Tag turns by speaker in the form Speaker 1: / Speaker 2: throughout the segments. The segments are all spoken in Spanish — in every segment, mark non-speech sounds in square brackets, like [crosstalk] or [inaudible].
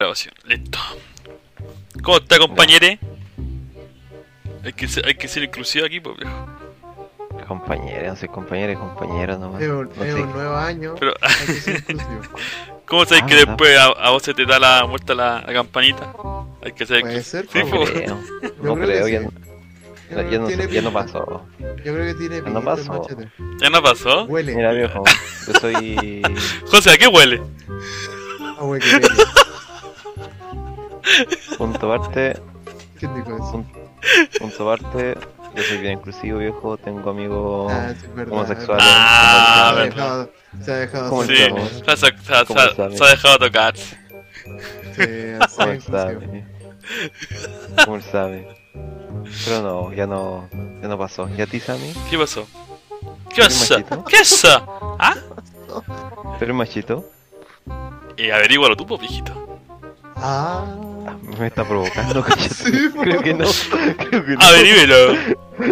Speaker 1: Grabación, listo. ¿Cómo está, compañere? Hay que ser, hay que ser inclusivo aquí, pues viejo.
Speaker 2: Compañero, no soy compañero, es compañero nomás.
Speaker 3: Es un,
Speaker 2: No
Speaker 3: es
Speaker 2: sé.
Speaker 3: un nuevo año.
Speaker 1: Pero,
Speaker 3: Hay que ser inclusivo.
Speaker 1: [laughs] ¿cómo sabes
Speaker 2: Ah,
Speaker 1: que
Speaker 2: ¿verdad?
Speaker 1: después a, a vos se te da la vuelta la, la campanita? Hay que ser
Speaker 3: Puede
Speaker 1: inclusivo.
Speaker 3: ser.
Speaker 1: Sí, po.
Speaker 2: No creo, no
Speaker 3: [laughs] Yo creo
Speaker 2: creo,
Speaker 3: que
Speaker 2: ya,
Speaker 3: sí.
Speaker 2: no-
Speaker 3: Yo creo que
Speaker 2: ya no,
Speaker 3: tiene
Speaker 2: ya no
Speaker 3: pinta.
Speaker 2: pasó.
Speaker 3: Yo creo que tiene pinta el
Speaker 2: pasó.
Speaker 3: machete.
Speaker 1: pues, ¿Ya no pasó?
Speaker 3: Huele.
Speaker 2: Mira viejo, yo soy...
Speaker 1: José, ¿a qué huele?
Speaker 3: Ah, güey,
Speaker 2: [laughs]
Speaker 3: qué bien.
Speaker 2: Punto parte,
Speaker 3: ¿Quién dijo eso?
Speaker 2: punto parte, yo soy bien inclusivo viejo, tengo amigos...
Speaker 3: Ah, sí, es verdad.
Speaker 2: homosexuales.
Speaker 1: Ah,
Speaker 3: se, ha
Speaker 2: como el-
Speaker 1: verdad.
Speaker 3: dejado, se ha dejado
Speaker 2: ¿Cómo
Speaker 3: ser
Speaker 1: Sí,
Speaker 2: estamos?
Speaker 3: inclusivo.
Speaker 1: se, ha- se ha-
Speaker 2: ¿Cómo
Speaker 1: se ha-
Speaker 2: estamos?
Speaker 1: se ha dejado tocar.
Speaker 3: Sí,
Speaker 2: [laughs] ¿Cómo
Speaker 3: ha sido
Speaker 2: él
Speaker 3: inclusivo.
Speaker 2: sabe? ¿Cómo él sabe? Pero no, ya no, ya no pasó. ¿Y a ti, Sammy?
Speaker 1: ¿Qué pasó? ¿Qué
Speaker 2: ¿Eres
Speaker 1: pasó?
Speaker 2: machito?
Speaker 1: ¿Qué pasó?
Speaker 2: ¿Tú eres machito?
Speaker 1: Y averígualo tú, pues viejito.
Speaker 2: Ah,
Speaker 3: Ah,
Speaker 2: Me está provocando, cachete.
Speaker 3: [laughs] Sí, po.
Speaker 2: Creo que no. Creo que no.
Speaker 1: Ah, Averíguelo.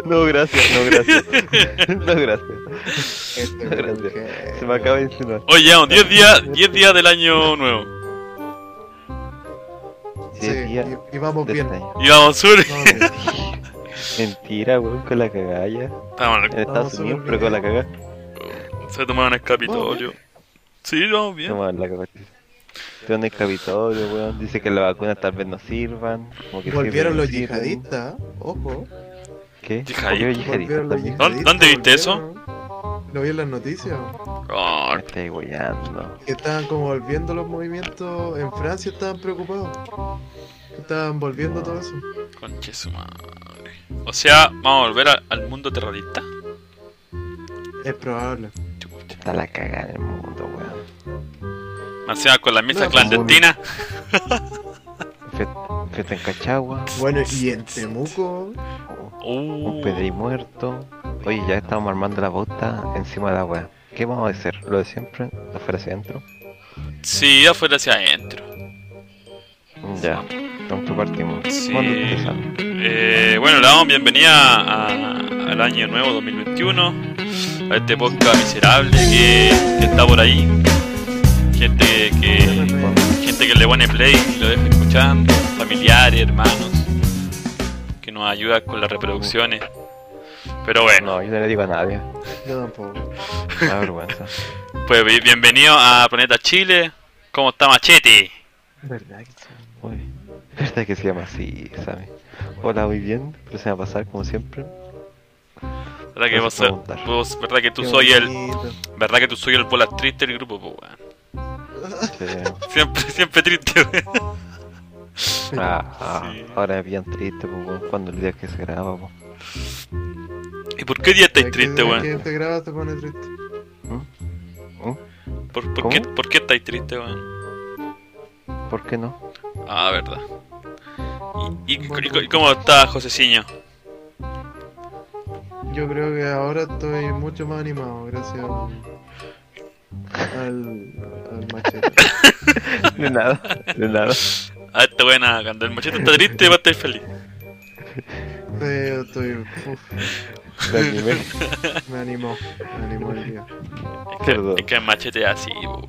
Speaker 2: No, gracias, no,
Speaker 3: [laughs]
Speaker 2: gracias. No, gracias.
Speaker 3: este
Speaker 2: No, [laughs] gracias.
Speaker 3: mujer.
Speaker 2: Se me acaba de insinuar.
Speaker 1: Oye, llevamos 10 días, 10 días del año nuevo.
Speaker 3: Sí,
Speaker 2: Diez días
Speaker 3: y- y, vamos
Speaker 2: de
Speaker 3: bien.
Speaker 2: este año.
Speaker 1: Y vamos sur.
Speaker 3: Vamos bien.
Speaker 2: [laughs] Mentira, weón, con la cagalla.
Speaker 1: Estamos en el-
Speaker 2: En Estados
Speaker 3: súper
Speaker 2: Unidos,
Speaker 3: bien.
Speaker 2: pero con la cagalla.
Speaker 1: se tomaron el Capitolio. Sí, vamos bien.
Speaker 2: No, la cagalla. Estoy en el Capitolio, weón. Dice que las vacunas tal vez no sirvan. Como que
Speaker 3: Volvieron
Speaker 2: sirven,
Speaker 3: los
Speaker 2: no sirven.
Speaker 3: yihadistas, ¿eh? ojo.
Speaker 2: ¿Qué?
Speaker 1: Yihadistas.
Speaker 2: Volvieron
Speaker 3: Volvieron
Speaker 2: yihadistas
Speaker 3: los
Speaker 2: también.
Speaker 3: yihadistas.
Speaker 1: ¿Dónde viste eso?
Speaker 3: volvieron. Lo vi en las noticias.
Speaker 1: Oh,
Speaker 2: Me estáis weyando.
Speaker 3: Que estaban como volviendo los movimientos en Francia, estaban preocupados. Estaban volviendo
Speaker 2: No.
Speaker 3: todo eso.
Speaker 1: conche su madre. O sea, vamos a volver a- al mundo terrorista.
Speaker 3: Es probable.
Speaker 1: Chucha.
Speaker 2: Está la cagada en el mundo, weón.
Speaker 1: Más encima con la mesa
Speaker 3: No,
Speaker 1: clandestina.
Speaker 2: Fiesta- Fiesta en Cachagua.
Speaker 3: Bueno, y en Temuco,
Speaker 1: Uh,
Speaker 2: Un pedri muerto. Oye, ya estamos armando la bota encima de la weá. ¿Qué vamos a hacer? ¿Lo de siempre? ¿De afuera hacia adentro?
Speaker 1: sí, afuera hacia adentro.
Speaker 2: Ya. Pronto partimos.
Speaker 1: Sí.
Speaker 2: ¿Cuándo empezamos?
Speaker 1: Eh, bueno, le damos bienvenida a- al año nuevo 2021. A este podcast miserable que, que está por ahí. Gente que,
Speaker 2: ¿Cuándo?
Speaker 1: gente que le pone play y lo deja escuchando, familiares, hermanos, que nos ayuda con las reproducciones. Pero bueno,
Speaker 2: No, yo no le digo a nadie. Me
Speaker 3: yo tampoco.
Speaker 2: da vergüenza.
Speaker 1: pues bi- bienvenido a Planeta Chile. ¿Cómo está Machete?
Speaker 3: ¿Verdad que sí?
Speaker 2: Uy. Verdad que se llama así, ¿sabes? Hola, muy bien. Pero se va a pasar como siempre.
Speaker 1: ¿Verdad que
Speaker 2: Gracias
Speaker 1: vos,
Speaker 2: por preguntar.
Speaker 1: vos- verdad que tú
Speaker 3: Qué
Speaker 1: soy el,
Speaker 3: bonito.
Speaker 1: verdad que tú soy el bola triste del grupo, po, weón?
Speaker 2: Che.
Speaker 1: Siempre, [laughs] siempre triste, weón.
Speaker 2: Ah, ah,
Speaker 1: Sí.
Speaker 2: Ahora me pillan triste, pues, weón, cuando el día que se graba, pues.
Speaker 1: ¿Y por qué día estáis
Speaker 3: Es que-
Speaker 1: triste,
Speaker 3: es
Speaker 1: weón?
Speaker 3: que te grabas te pone triste.
Speaker 2: ¿Mm?
Speaker 1: ¿Por, por qué,
Speaker 2: ¿Cómo?
Speaker 1: ¿Por qué estáis triste, weón?
Speaker 2: ¿Por qué no?
Speaker 1: Ah, verdad. ¿Y, y- y- y cómo está Joseciño?
Speaker 3: Yo creo que ahora estoy mucho más animado, gracias al, al, al machete.
Speaker 2: De nada, de nada.
Speaker 1: Ah, está buena, cuando el machete está triste, va a estar feliz.
Speaker 3: Sí, yo estoy. Uf,
Speaker 2: [laughs] De anime.
Speaker 3: me animó, me animó el día.
Speaker 1: Es que,
Speaker 2: Perdón.
Speaker 1: es que el machete es así, po,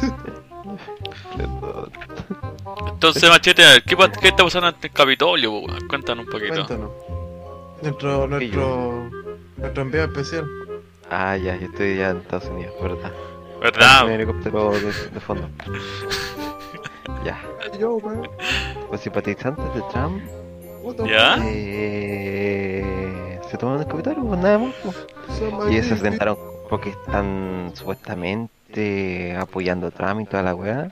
Speaker 1: weón.
Speaker 2: Perdón.
Speaker 1: Entonces, Machete, a ver, ¿qué, pa- qué está pasando en el Capitolio? po, weón? Cuéntanos un poquito.
Speaker 3: Cuéntanos. Nuestro, nuestro, nuestro enviado especial.
Speaker 2: Ah, ya, yo estoy ya en Estados Unidos, ¿verdad? Un
Speaker 1: ¿Verdad?
Speaker 2: helicóptero de, de fondo. ya.
Speaker 3: Yo, weón.
Speaker 2: Los simpatizantes de Trump
Speaker 3: What the
Speaker 1: ¿Ya?
Speaker 2: eh, se tomaron el Capitolio, pues nada más. pues.
Speaker 3: fuck? Son
Speaker 2: Y
Speaker 3: my
Speaker 2: ellos se
Speaker 3: baby.
Speaker 2: sentaron porque están supuestamente apoyando a Trump y toda la weá.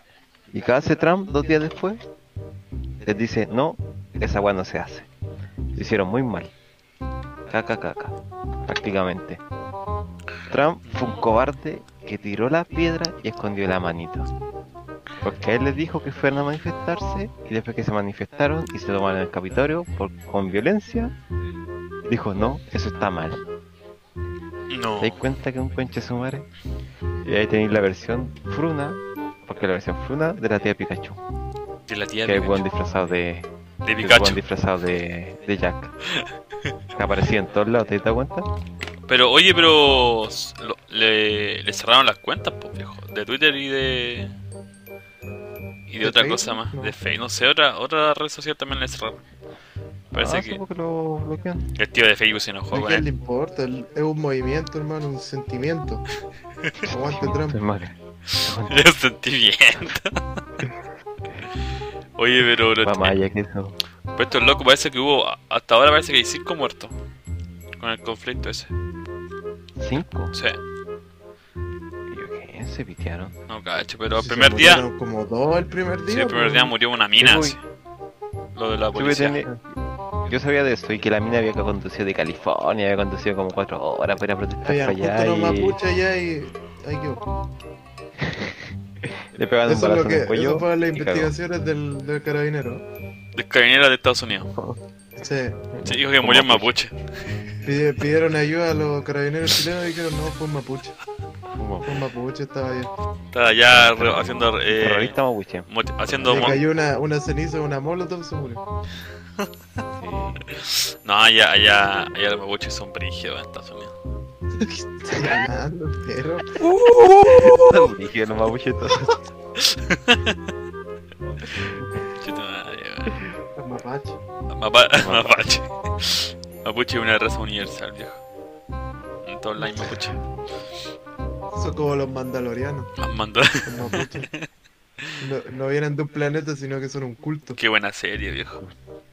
Speaker 2: Y cada hace Trump dos días después les dice, no, esa weá no se hace. Lo hicieron muy mal. Caca, caca, prácticamente. Trump fue un cobarde que tiró la piedra y escondió la manito. Porque a él les dijo que fueran a manifestarse y después que se manifestaron y se tomaron el Capitolio por, con violencia, dijo, no, eso está mal.
Speaker 1: No.
Speaker 2: ¿Te dais cuenta que es un conche sumare? Y ahí tenéis la versión fruna, porque la versión fruna de la tía Pikachu,
Speaker 1: De la tía
Speaker 2: que es el weón
Speaker 1: Pikachu.
Speaker 2: disfrazado de.
Speaker 1: De
Speaker 2: el weón
Speaker 1: Pikachu.
Speaker 2: disfrazado de, de
Speaker 1: [laughs]
Speaker 2: Jack. Que aparecía en todos lados, ¿te das cuenta?
Speaker 1: Pero, oye, pero. s- lo- le, le cerraron las cuentas, po, viejo. De Twitter y de. Y Y de
Speaker 3: ¿De
Speaker 1: otra
Speaker 3: Facebook?
Speaker 1: cosa más,
Speaker 3: No.
Speaker 1: de Facebook, no sé, otra, otra red social también la cerraron. Parece
Speaker 2: Ah, sí,
Speaker 1: que
Speaker 2: porque lo bloquean.
Speaker 1: el tío de Facebook se enojó con
Speaker 3: ¿A
Speaker 1: [laughs]
Speaker 3: quién
Speaker 1: él.
Speaker 3: le importa? El- Es un movimiento, hermano, un sentimiento. Aguante
Speaker 2: Estoy
Speaker 3: Trump.
Speaker 2: mal.
Speaker 1: Yo sentí bien. Oye, pero, pero,
Speaker 2: Va más allá que eso.
Speaker 1: pero esto es loco, parece que hubo, hasta ahora parece que hay cinco muertos con el conflicto ese.
Speaker 2: Cinco.
Speaker 1: O sea,
Speaker 2: Y yo, ¿qué? Se pitearon.
Speaker 1: no cacho, pero el
Speaker 3: Si se
Speaker 1: primer día,
Speaker 3: murieron Como dos el primer día.
Speaker 1: sí, el primer
Speaker 3: pues.
Speaker 1: día murió una mina, así.
Speaker 2: Sí,
Speaker 1: lo de la
Speaker 2: Sí, porque
Speaker 1: policía.
Speaker 2: tenía- Yo sabía de eso y que la mina había conducido de California, había conducido como cuatro horas para ir a protestar
Speaker 3: Habían
Speaker 2: para
Speaker 3: justo
Speaker 2: allá
Speaker 3: los
Speaker 2: y
Speaker 3: mapuches allá y. Ahí quedó.
Speaker 2: le pegaron un
Speaker 3: Eso es
Speaker 2: balazo
Speaker 3: lo
Speaker 2: en
Speaker 3: que.
Speaker 2: el
Speaker 3: Eso
Speaker 2: cuello.
Speaker 3: fueron las
Speaker 2: y cagó.
Speaker 3: investigaciones del, del carabinero.
Speaker 1: De carabinera de Estados Unidos.
Speaker 3: Sí.
Speaker 1: Sí, dijo que
Speaker 2: Un
Speaker 1: murió en
Speaker 2: mapuche.
Speaker 1: Mapuche.
Speaker 3: Pide- Pidieron ayuda a los carabineros chilenos y dijeron: No, fue un mapuche.
Speaker 2: Como
Speaker 3: Fue un mapuche, estaba allá.
Speaker 1: Estaba allá re- haciendo, eh,
Speaker 2: Terrorista mapuche.
Speaker 1: mo- haciendo
Speaker 3: Le
Speaker 1: mo-
Speaker 3: cayó una, una ceniza, una molotov, se murió. [laughs]
Speaker 1: No, allá, allá, allá los mapuches son brígidos en Estados Unidos.
Speaker 3: Estoy hablando, pero.
Speaker 2: [laughs] Son brígidos los mapuches, entonces.
Speaker 1: Chito madre, weón.
Speaker 3: los mapaches.
Speaker 1: Mapa- [laughs] Mapache. Mapuche es una raza universal, viejo. En todos lados hay mapuche.
Speaker 3: Son como los mandalorianos,
Speaker 1: Más mando.
Speaker 3: los mapuches. No, no vienen de un planeta, sino que son un culto.
Speaker 1: [laughs] Qué buena serie, viejo.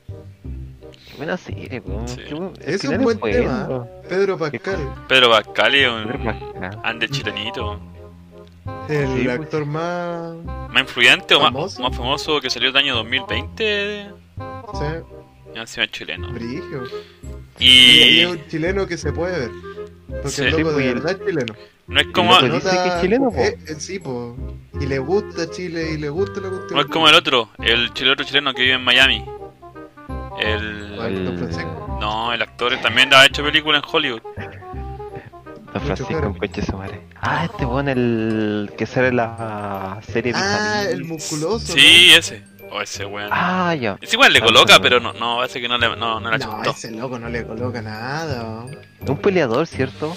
Speaker 2: Qué [laughs] buena serie, weón.
Speaker 1: Sí.
Speaker 2: Qué ¿eh? buen-
Speaker 3: Es
Speaker 2: final
Speaker 3: un buen
Speaker 2: bueno.
Speaker 3: tema. Pedro Pascal,
Speaker 1: Pedro Pascali es un
Speaker 2: Ajá.
Speaker 1: ande chilenito.
Speaker 3: el
Speaker 2: Sí, pues.
Speaker 3: actor más.
Speaker 1: Más influyente o más,
Speaker 3: Famoso.
Speaker 1: más famoso que salió el año 2020.
Speaker 3: O sea,
Speaker 1: Y encima es chileno.
Speaker 3: brillo. Y
Speaker 1: Y
Speaker 3: es un chileno que se puede ver. Porque
Speaker 1: Sí.
Speaker 3: el loco
Speaker 2: Sí,
Speaker 3: de
Speaker 2: pues,
Speaker 3: verdad es chileno.
Speaker 1: no es como,
Speaker 2: ¿Te
Speaker 3: Se
Speaker 1: no
Speaker 2: loco dice que es chileno, po?
Speaker 3: eh, eh, sí, po. Y le gusta Chile y le gusta la cuestión.
Speaker 1: es como el otro, el chileno otro chileno que vive en Miami. El.
Speaker 3: Don
Speaker 2: El-
Speaker 3: Francisco.
Speaker 1: No, el actor también ha hecho películas en Hollywood.
Speaker 2: Don Francisco,
Speaker 3: caro.
Speaker 2: un coche su madre. Ah, este weón, el que sale en la serie de
Speaker 3: Ah,
Speaker 2: Javi.
Speaker 3: el musculoso.
Speaker 1: Sí, ese. O ese weón.
Speaker 2: Ah, ya.
Speaker 1: Es igual le
Speaker 2: Ah,
Speaker 1: coloca,
Speaker 2: sí.
Speaker 1: pero no, no, parece que no le, no, no
Speaker 3: ¿no?
Speaker 1: le
Speaker 3: No,
Speaker 1: achantó.
Speaker 3: ese loco no le coloca nada. ¿no?
Speaker 2: Un peleador, ¿cierto?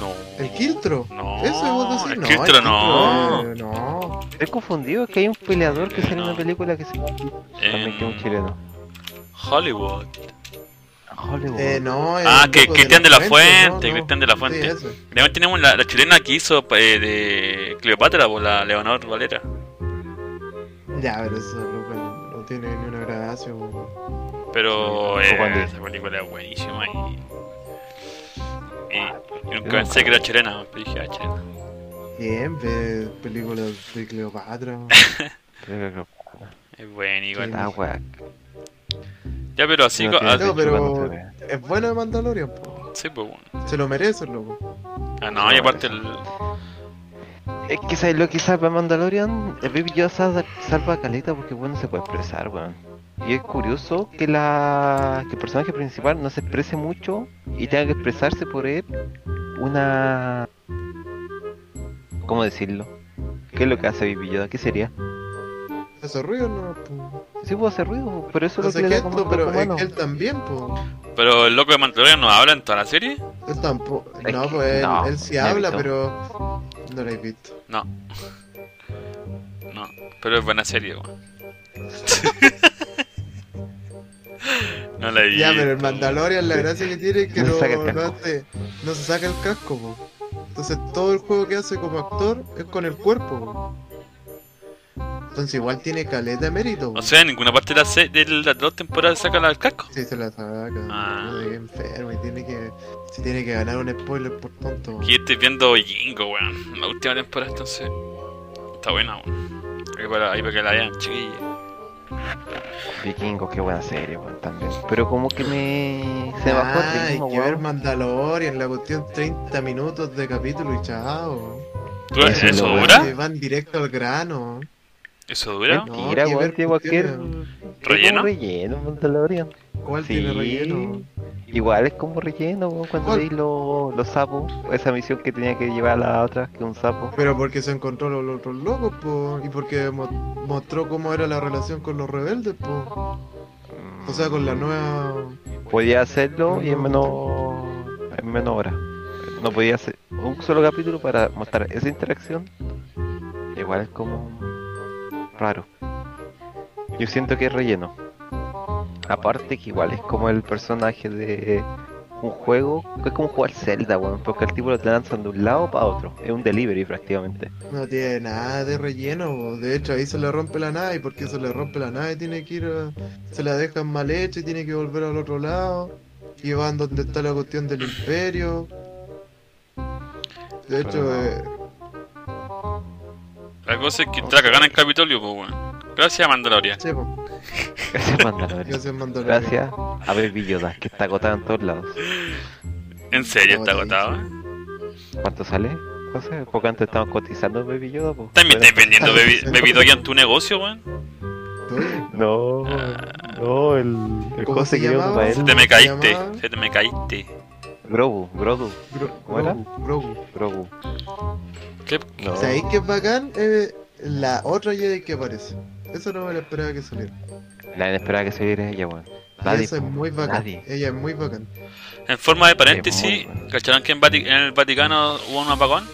Speaker 1: No.
Speaker 3: El Kiltro.
Speaker 1: No.
Speaker 3: Eso vos decís,
Speaker 1: el
Speaker 3: no.
Speaker 1: Kiltro no.
Speaker 3: eh, no.
Speaker 2: Estoy confundido, es que hay un peleador que sale en una
Speaker 1: No.
Speaker 2: película que se llama También que es un chileno.
Speaker 1: Hollywood.
Speaker 2: Hollywood.
Speaker 3: Eh, no. el
Speaker 1: Ah, que
Speaker 3: loco
Speaker 1: Cristian de la
Speaker 3: Fuente,
Speaker 1: Fuente,
Speaker 3: no, no.
Speaker 1: Cristian de la
Speaker 3: Sí,
Speaker 1: Fuente.
Speaker 3: ese.
Speaker 1: También tenemos la, la chilena que hizo eh, de Cleopatra, por la Leonor Valera.
Speaker 3: Ya, pero eso loco no tiene ni una gracia. po.
Speaker 1: Pero
Speaker 2: Sí,
Speaker 1: eh,
Speaker 2: cuando-
Speaker 1: esa película es buenísima y. Y, y nunca
Speaker 2: nunca-
Speaker 1: pensé que era chilena, pero dije, ah, chilena.
Speaker 3: Bien, ve películas de
Speaker 1: [laughs]
Speaker 3: Cleopatra.
Speaker 1: Ah,
Speaker 2: Creo que-
Speaker 1: Es buena igual.
Speaker 3: Sí.
Speaker 2: Ah, wea.
Speaker 1: Ya, pero así. co-
Speaker 2: No tiene
Speaker 1: ah,
Speaker 3: No,
Speaker 2: pecho,
Speaker 3: pero-
Speaker 2: cuando te ve.
Speaker 3: es bueno de Mandalorian, po.
Speaker 1: sí, pues bueno.
Speaker 3: Se lo merece, loco.
Speaker 1: Ah, no, y aparte el.
Speaker 2: Es que ¿sabes lo que salva Mandalorian? El Baby Yoda salva, salva a Caleta porque bueno, se puede expresar, weón. Y es curioso que la que el personaje principal no se exprese mucho y tenga que expresarse por él una... ¿Cómo decirlo? ¿Qué es lo que hace Baby Yoda? ¿Qué sería?
Speaker 3: Hace ruido, no. Po.
Speaker 2: Sí puede hacer ruido, pero eso es lo
Speaker 3: Hace
Speaker 2: que le da como
Speaker 3: gesto, pero
Speaker 2: toque
Speaker 3: es
Speaker 2: humano.
Speaker 3: que él también, po.
Speaker 1: Pero el loco de Mandalorian no habla en toda la serie.
Speaker 3: Él tampoco.
Speaker 2: Es
Speaker 3: No,
Speaker 2: que-
Speaker 3: pues él,
Speaker 2: no,
Speaker 3: él sí
Speaker 2: no he
Speaker 3: habla,
Speaker 2: visto.
Speaker 3: pero. No lo he visto.
Speaker 1: No, pero es buena serie, weón. [laughs] no la vi.
Speaker 3: Ya, pero el Mandalorian, la gracia que tiene es que
Speaker 2: No se
Speaker 3: no,
Speaker 2: saca el
Speaker 3: no
Speaker 2: casco.
Speaker 3: hace- no se saca el casco, po. Entonces todo el juego que hace como actor es con el cuerpo, po. Entonces igual tiene caleta de mérito, po.
Speaker 1: O sea, en ninguna parte de, la se- de las dos temporadas saca la del casco.
Speaker 3: Sí, se la saca,
Speaker 1: Ah.
Speaker 3: no sé, qué enfermo y tiene que. Se tiene que ganar un spoiler por tonto. po.
Speaker 1: Aquí estoy viendo Jingo, weón. La última temporada, entonces. Está buena, weón. Ahí para, ahí para que la vean, chiquilla.
Speaker 2: Vikingo, qué buena serie, weón, también. Pero como que me... Se me bajó
Speaker 3: Ah,
Speaker 2: el
Speaker 3: hay
Speaker 2: ritmo,
Speaker 3: que ver
Speaker 2: weón.
Speaker 3: Mandalorian, la cuestión 30 minutos de capítulo y chao.
Speaker 1: ¿Tú- ¿Eso,
Speaker 2: Eso es lo
Speaker 1: dura?
Speaker 3: Y Van directo al grano.
Speaker 1: ¿Eso dura?
Speaker 3: No,
Speaker 2: Mentira,
Speaker 3: hay que
Speaker 2: weón,
Speaker 3: ver
Speaker 2: tiene cualquier...
Speaker 3: cuestiones.
Speaker 1: ¿Relleno?
Speaker 2: Es como relleno, Mandalorian.
Speaker 3: ¿Cuál
Speaker 2: Sí.
Speaker 3: tiene relleno?
Speaker 2: Igual es como relleno, weón, cuando
Speaker 3: ¿Cuál?
Speaker 2: veis lo- los sapos, esa misión que tenía que llevar a la otra, que un sapo.
Speaker 3: Pero porque se encontró los, los otros locos, po, y porque mo- mostró cómo era la relación con los rebeldes, po.
Speaker 2: Mm,
Speaker 3: O sea, con la nueva...
Speaker 2: Podía hacerlo y en menos, en menos horas. No podía hacer un solo capítulo para mostrar esa interacción. Igual es como raro. Yo siento que es relleno. Aparte que igual es como el personaje de un juego, es como jugar Zelda, weón, porque el tipo lo te lanzan de un lado para otro. Es un delivery prácticamente. [laughs]
Speaker 3: No tiene nada de relleno, bo. de hecho ahí se le rompe la nave, y porque se le rompe la nave tiene que ir, a- se la dejan mal hecha y tiene que volver al otro lado, y van donde está la cuestión del imperio. De hecho, eh,
Speaker 1: La cosa es que está cagada en Capitolio, pues, weón. Gracias, Mandalorian.
Speaker 3: sí, po,
Speaker 2: Gracias, Mandalorian.
Speaker 3: gracias Mandalorian.
Speaker 2: Gracias a Baby Yoda, que está agotado en todos lados.
Speaker 1: ¿En serio está
Speaker 3: No,
Speaker 1: agotado? eh?
Speaker 2: ¿Cuánto sale? José, porque antes estábamos cotizando Baby Yoda. pues.
Speaker 1: ¿También estáis vendiendo
Speaker 3: está
Speaker 1: bebi-
Speaker 3: bien.
Speaker 1: bebidoya en tu negocio, weón?
Speaker 3: ¿Tú?
Speaker 2: No, no, el, el
Speaker 3: ¿Cómo
Speaker 2: José
Speaker 3: se
Speaker 2: quería uno
Speaker 3: llamaba?
Speaker 2: para
Speaker 1: Se
Speaker 2: él.
Speaker 1: te me
Speaker 3: Se
Speaker 1: caíste,
Speaker 3: llamaba-
Speaker 1: se te me caíste.
Speaker 2: Grogu, Grogu,
Speaker 3: Gro-
Speaker 2: ¿Cómo era?
Speaker 3: Grogu,
Speaker 2: Grogu.
Speaker 3: Grogu.
Speaker 1: ¿Qué?
Speaker 2: No.
Speaker 3: ¿Sabéis qué es bacán? Eh, la otra Jedi que aparece. Eso no me lo esperaba que saliera.
Speaker 2: Nadie esperaba que se viera ella, weón.
Speaker 3: Y
Speaker 2: Nadie.
Speaker 3: eso es muy bacán.
Speaker 2: nadie.
Speaker 3: Ella es muy bacán.
Speaker 1: En forma de paréntesis,
Speaker 2: Es muy bueno.
Speaker 1: ¿cacharon que en, Vati- en el Vaticano hubo un apagón?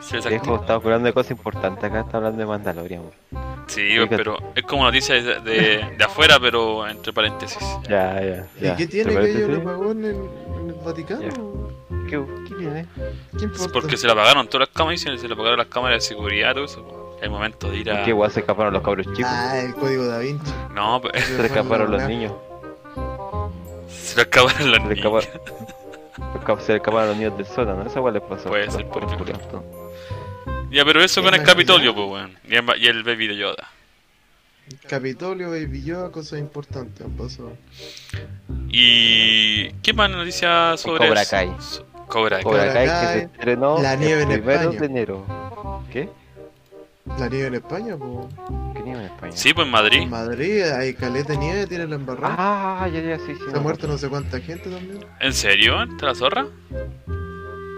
Speaker 1: Se desactivó.
Speaker 2: Viejo, estaba hablando de cosas importantes acá, está hablando de Mandalorian, weón.
Speaker 1: Sí, weón, pero es como noticia de, de- de afuera, pero entre paréntesis.
Speaker 2: Ya, ya,
Speaker 3: ¿Y qué tiene que haya un apagón en, en el Vaticano?
Speaker 2: ¿Qué, qué tiene?
Speaker 3: ¿Qué
Speaker 1: Es
Speaker 3: importa?
Speaker 1: porque se le apagaron todas las cámaras y se le apagaron las cámaras de seguridad, todo eso. El momento de ir a...
Speaker 2: ¿Qué weón se escaparon los cabros chicos?
Speaker 3: Ah, el código da Vinci.
Speaker 1: No, pero-
Speaker 2: [laughs] se le escaparon los niños.
Speaker 1: [laughs] se le acabaron las
Speaker 2: Se le
Speaker 1: niñas.
Speaker 2: escaparon. [laughs] los cab- Se le escaparon los niños del sótano, esa weón les pasó.
Speaker 1: Puede ser,
Speaker 2: Los
Speaker 1: por ejemplo.
Speaker 2: culiados.
Speaker 1: Ya, pero eso con el
Speaker 3: Imagina.
Speaker 1: Capitolio, pues, weón. Y, en- y el Baby de Yoda.
Speaker 3: Capitolio, Baby Yoda, cosas importantes han pasado.
Speaker 1: ¿Y qué más noticias sobre
Speaker 2: Cobra
Speaker 1: eso?
Speaker 2: Kai.
Speaker 1: So- Cobra Kai.
Speaker 2: Cobra Kai que
Speaker 3: Kai,
Speaker 2: se estrenó
Speaker 3: La nieve
Speaker 2: el
Speaker 3: en
Speaker 2: primero
Speaker 3: España.
Speaker 2: de enero. ¿Qué?
Speaker 3: La nieve en España, po.
Speaker 2: ¿Qué nieve en España?
Speaker 1: Sí, pues en Madrid.
Speaker 3: En Madrid hay caleta de nieve, tienen la embarrada.
Speaker 2: Ah, ya, ya, sí, sí.
Speaker 3: se
Speaker 2: no.
Speaker 3: ha muerto no sé cuánta gente también.
Speaker 1: ¿En serio? ¿Te la zorra?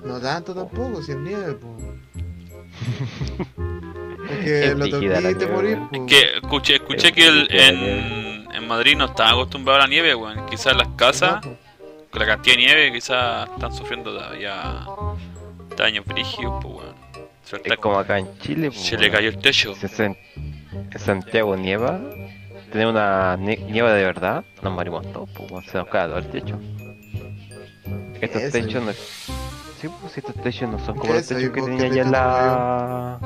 Speaker 3: No tanto tampoco, si es
Speaker 2: [laughs]
Speaker 3: nieve, po. es que
Speaker 2: Es
Speaker 3: lo
Speaker 2: brígida la
Speaker 3: toqué y te
Speaker 2: nieve,
Speaker 3: morís,
Speaker 2: weón.
Speaker 3: po.
Speaker 1: Que escuché, escuché que el- en, en Madrid no están acostumbrados a la nieve, weón. Quizás las casas,
Speaker 3: No, pues, po.
Speaker 1: con la cantidad de nieve, quizás están sufriendo todavía daños brígidos, pues, weón. Se, le
Speaker 2: Es
Speaker 1: está-
Speaker 2: como acá en Chile. pues,
Speaker 1: se le
Speaker 2: weón.
Speaker 1: cayó el techo.
Speaker 2: Si es en, en Santiago nieva, tenemos una nie- nieva de verdad, nos morimos todos, pues, weón, se nos cae todo el techo. Estos
Speaker 3: Eso,
Speaker 2: techos no. Sí, pues estos techos no son como los
Speaker 3: Eso,
Speaker 2: techos que
Speaker 3: hijo,
Speaker 2: tenía
Speaker 3: que
Speaker 2: ya
Speaker 3: te
Speaker 2: la.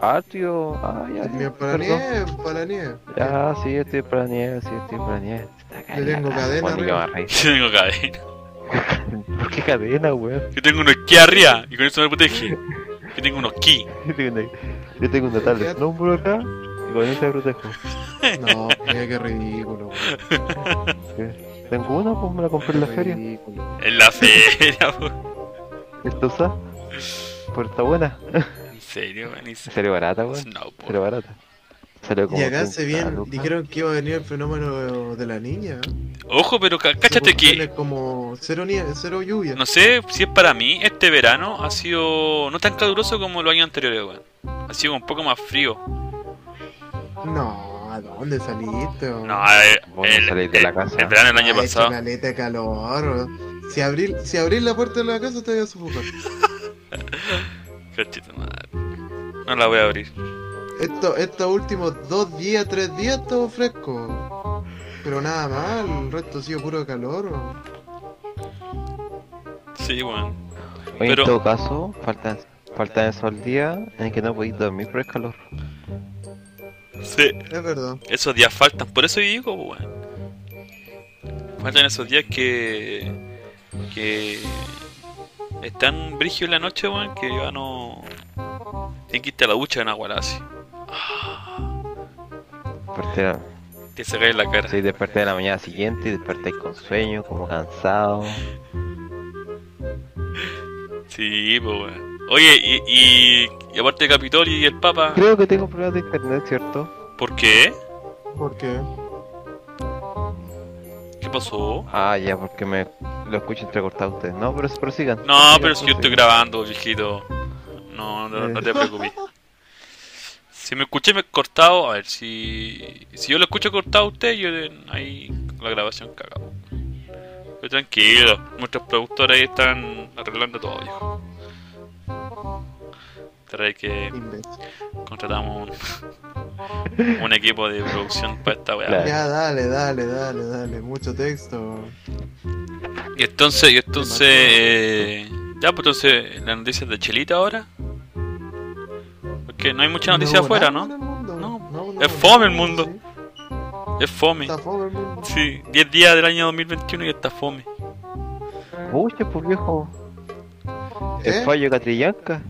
Speaker 2: Atrio. Ah, ya.
Speaker 3: Es
Speaker 2: sí,
Speaker 3: mío para
Speaker 2: perdón.
Speaker 3: nieve, para
Speaker 1: [laughs]
Speaker 3: nieve.
Speaker 2: Ya, sí, estoy para nieve, sí, estoy para nieve. Está
Speaker 3: Yo tengo
Speaker 2: cagada,
Speaker 3: cadena
Speaker 2: bueno, yo me
Speaker 3: arriba.
Speaker 2: reí.
Speaker 1: [laughs] Yo tengo cadena.
Speaker 2: ¿Por qué cadena, weón? [laughs]
Speaker 1: Yo tengo unos esquí arriba y con eso me protege. Yo tengo unos esquí.
Speaker 2: Yo tengo una- Yo tengo una tabla de snowboard acá y con esta protejo.
Speaker 3: No, mira qué ridículo, weón.
Speaker 2: Tengo una, pues me la compré en la feria.
Speaker 3: Ridículo.
Speaker 1: En la feria, [laughs] weón.
Speaker 2: Estosa. Pero está buena.
Speaker 1: En serio, weón. En serio.
Speaker 2: Salió barata, weón.
Speaker 1: Snowboard.
Speaker 2: Salió barata. Salió como
Speaker 3: Y acá
Speaker 2: 30
Speaker 3: se bien,
Speaker 2: lucas.
Speaker 3: dijeron que iba a venir el fenómeno de la niña. ¿eh?
Speaker 1: Ojo, pero ca- cáchate que
Speaker 3: Suposiciones Como cero, nieve, cero lluvia.
Speaker 1: No sé si es para mí, este verano ha sido no tan caluroso como los años anteriores, weón. Ha sido un poco más frío.
Speaker 3: No, ¿a dónde saliste? weón?
Speaker 1: No, el,
Speaker 2: Vos no
Speaker 1: el,
Speaker 2: salís de
Speaker 1: el-
Speaker 2: la casa.
Speaker 1: el verano del año
Speaker 3: Ha Ah, hecho
Speaker 1: pasado.
Speaker 3: caleta de calor. weón. Si abrís si abrís la puerta de la casa te voy a sofocar.
Speaker 1: Cachito madre. No la voy a abrir.
Speaker 3: Esto, estos últimos dos días, tres días todo fresco. Pero nada mal, el resto ha sido puro calor. weón.
Speaker 1: Sí, weón.
Speaker 2: Oye,
Speaker 1: pero-
Speaker 2: en todo caso, faltan, faltan esos días en que no podéis dormir por el calor.
Speaker 1: Sí,
Speaker 3: Es verdad.
Speaker 1: esos días faltan. Por eso yo digo, pues, weón. Faltan esos días que. que. están brigio en la noche, weón, que ya no. Tienes que irte a la ducha en agua así. Ah,
Speaker 2: Desperté a-
Speaker 1: Te sacáis la cara.
Speaker 2: Sí, desperté de la mañana siguiente y desperté con sueño, como cansado.
Speaker 1: Sí, pues, weón. Oye, y, y, y aparte de Capitolio y el Papa,
Speaker 2: Creo que tengo problemas de internet, ¿cierto?
Speaker 1: ¿por qué?
Speaker 3: ¿Por qué?
Speaker 1: ¿Qué pasó?
Speaker 2: Ah, ya, porque me lo escucho entrecortado ustedes. No, pero prosigan.
Speaker 1: No, pero si
Speaker 2: si
Speaker 1: yo estoy grabando, viejito. No, no, no te preocupes. Si me escuché me cortado, a ver, si, si yo lo escucho cortado a usted, yo le- ahí con la grabación cagado. Pero tranquilo, nuestros productores ahí están arreglando todo, viejo. Trae que
Speaker 3: Imbécil.
Speaker 1: contratamos un, un [laughs] equipo de producción para esta weá.
Speaker 2: Claro.
Speaker 3: Ya, dale, dale, dale, dale. Mucho texto.
Speaker 1: Y entonces, y entonces, eh, ya, pues entonces, las noticias de Chelita ahora. Porque no hay mucha noticia
Speaker 3: No hubo
Speaker 1: afuera,
Speaker 3: nada
Speaker 1: ¿no?
Speaker 3: en el mundo.
Speaker 1: No,
Speaker 3: no,
Speaker 1: es
Speaker 3: no,
Speaker 1: fome el
Speaker 3: sí,
Speaker 1: mundo. Es fome.
Speaker 3: Está fome el mundo.
Speaker 1: Sí,
Speaker 3: ¿Eh?
Speaker 1: 10 días del año 2021 y está fome.
Speaker 2: Pucha, pues viejo.
Speaker 3: ¿Eh?
Speaker 2: El fallo de Catrillanca.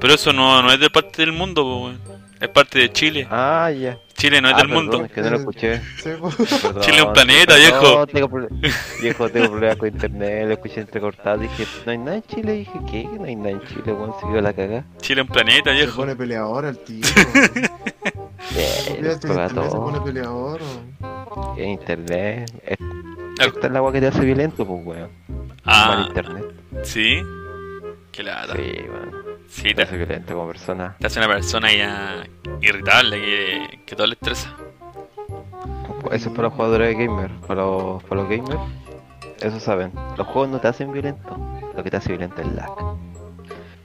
Speaker 1: Pero eso no, no es de parte del mundo, po, weón. Es parte de Chile.
Speaker 2: Ah, ya.
Speaker 1: Chile no es
Speaker 2: Ah,
Speaker 1: del
Speaker 2: perdón,
Speaker 1: mundo.
Speaker 2: es que no lo
Speaker 3: [laughs]
Speaker 2: escuché.
Speaker 3: Sí,
Speaker 1: [laughs]
Speaker 3: po.
Speaker 2: Perdón,
Speaker 1: Chile es un planeta,
Speaker 2: perdón,
Speaker 1: viejo.
Speaker 2: tengo proble- viejo, tengo problemas con internet, lo escuché entrecortado. Dije, no hay nada en Chile. Dije, ¿qué? Que No hay nada en Chile, weón. Se quedó la cagada.
Speaker 1: Chile es un planeta,
Speaker 3: Se
Speaker 1: viejo.
Speaker 3: pone peleador el
Speaker 1: [laughs]
Speaker 3: tío.
Speaker 2: Bien,
Speaker 3: Mira,
Speaker 2: nos
Speaker 3: si
Speaker 2: toca
Speaker 3: este se pone
Speaker 2: todo.
Speaker 3: peleador.
Speaker 2: En internet. Es-
Speaker 1: Ah.
Speaker 2: Esta es la agua que te hace violento, pues, weón. Mal
Speaker 1: Ah,
Speaker 2: internet.
Speaker 1: sí. Qué lata.
Speaker 2: Sí, weón.
Speaker 1: Sí,
Speaker 2: Te
Speaker 1: te,
Speaker 2: hace violento como persona.
Speaker 1: te hace una persona ya irritable que, que todo le estresa.
Speaker 2: Eso es para los jugadores de gamer, para los, para los gamers. Eso saben. Los juegos no te hacen violento. Lo que te hace violento es el lag.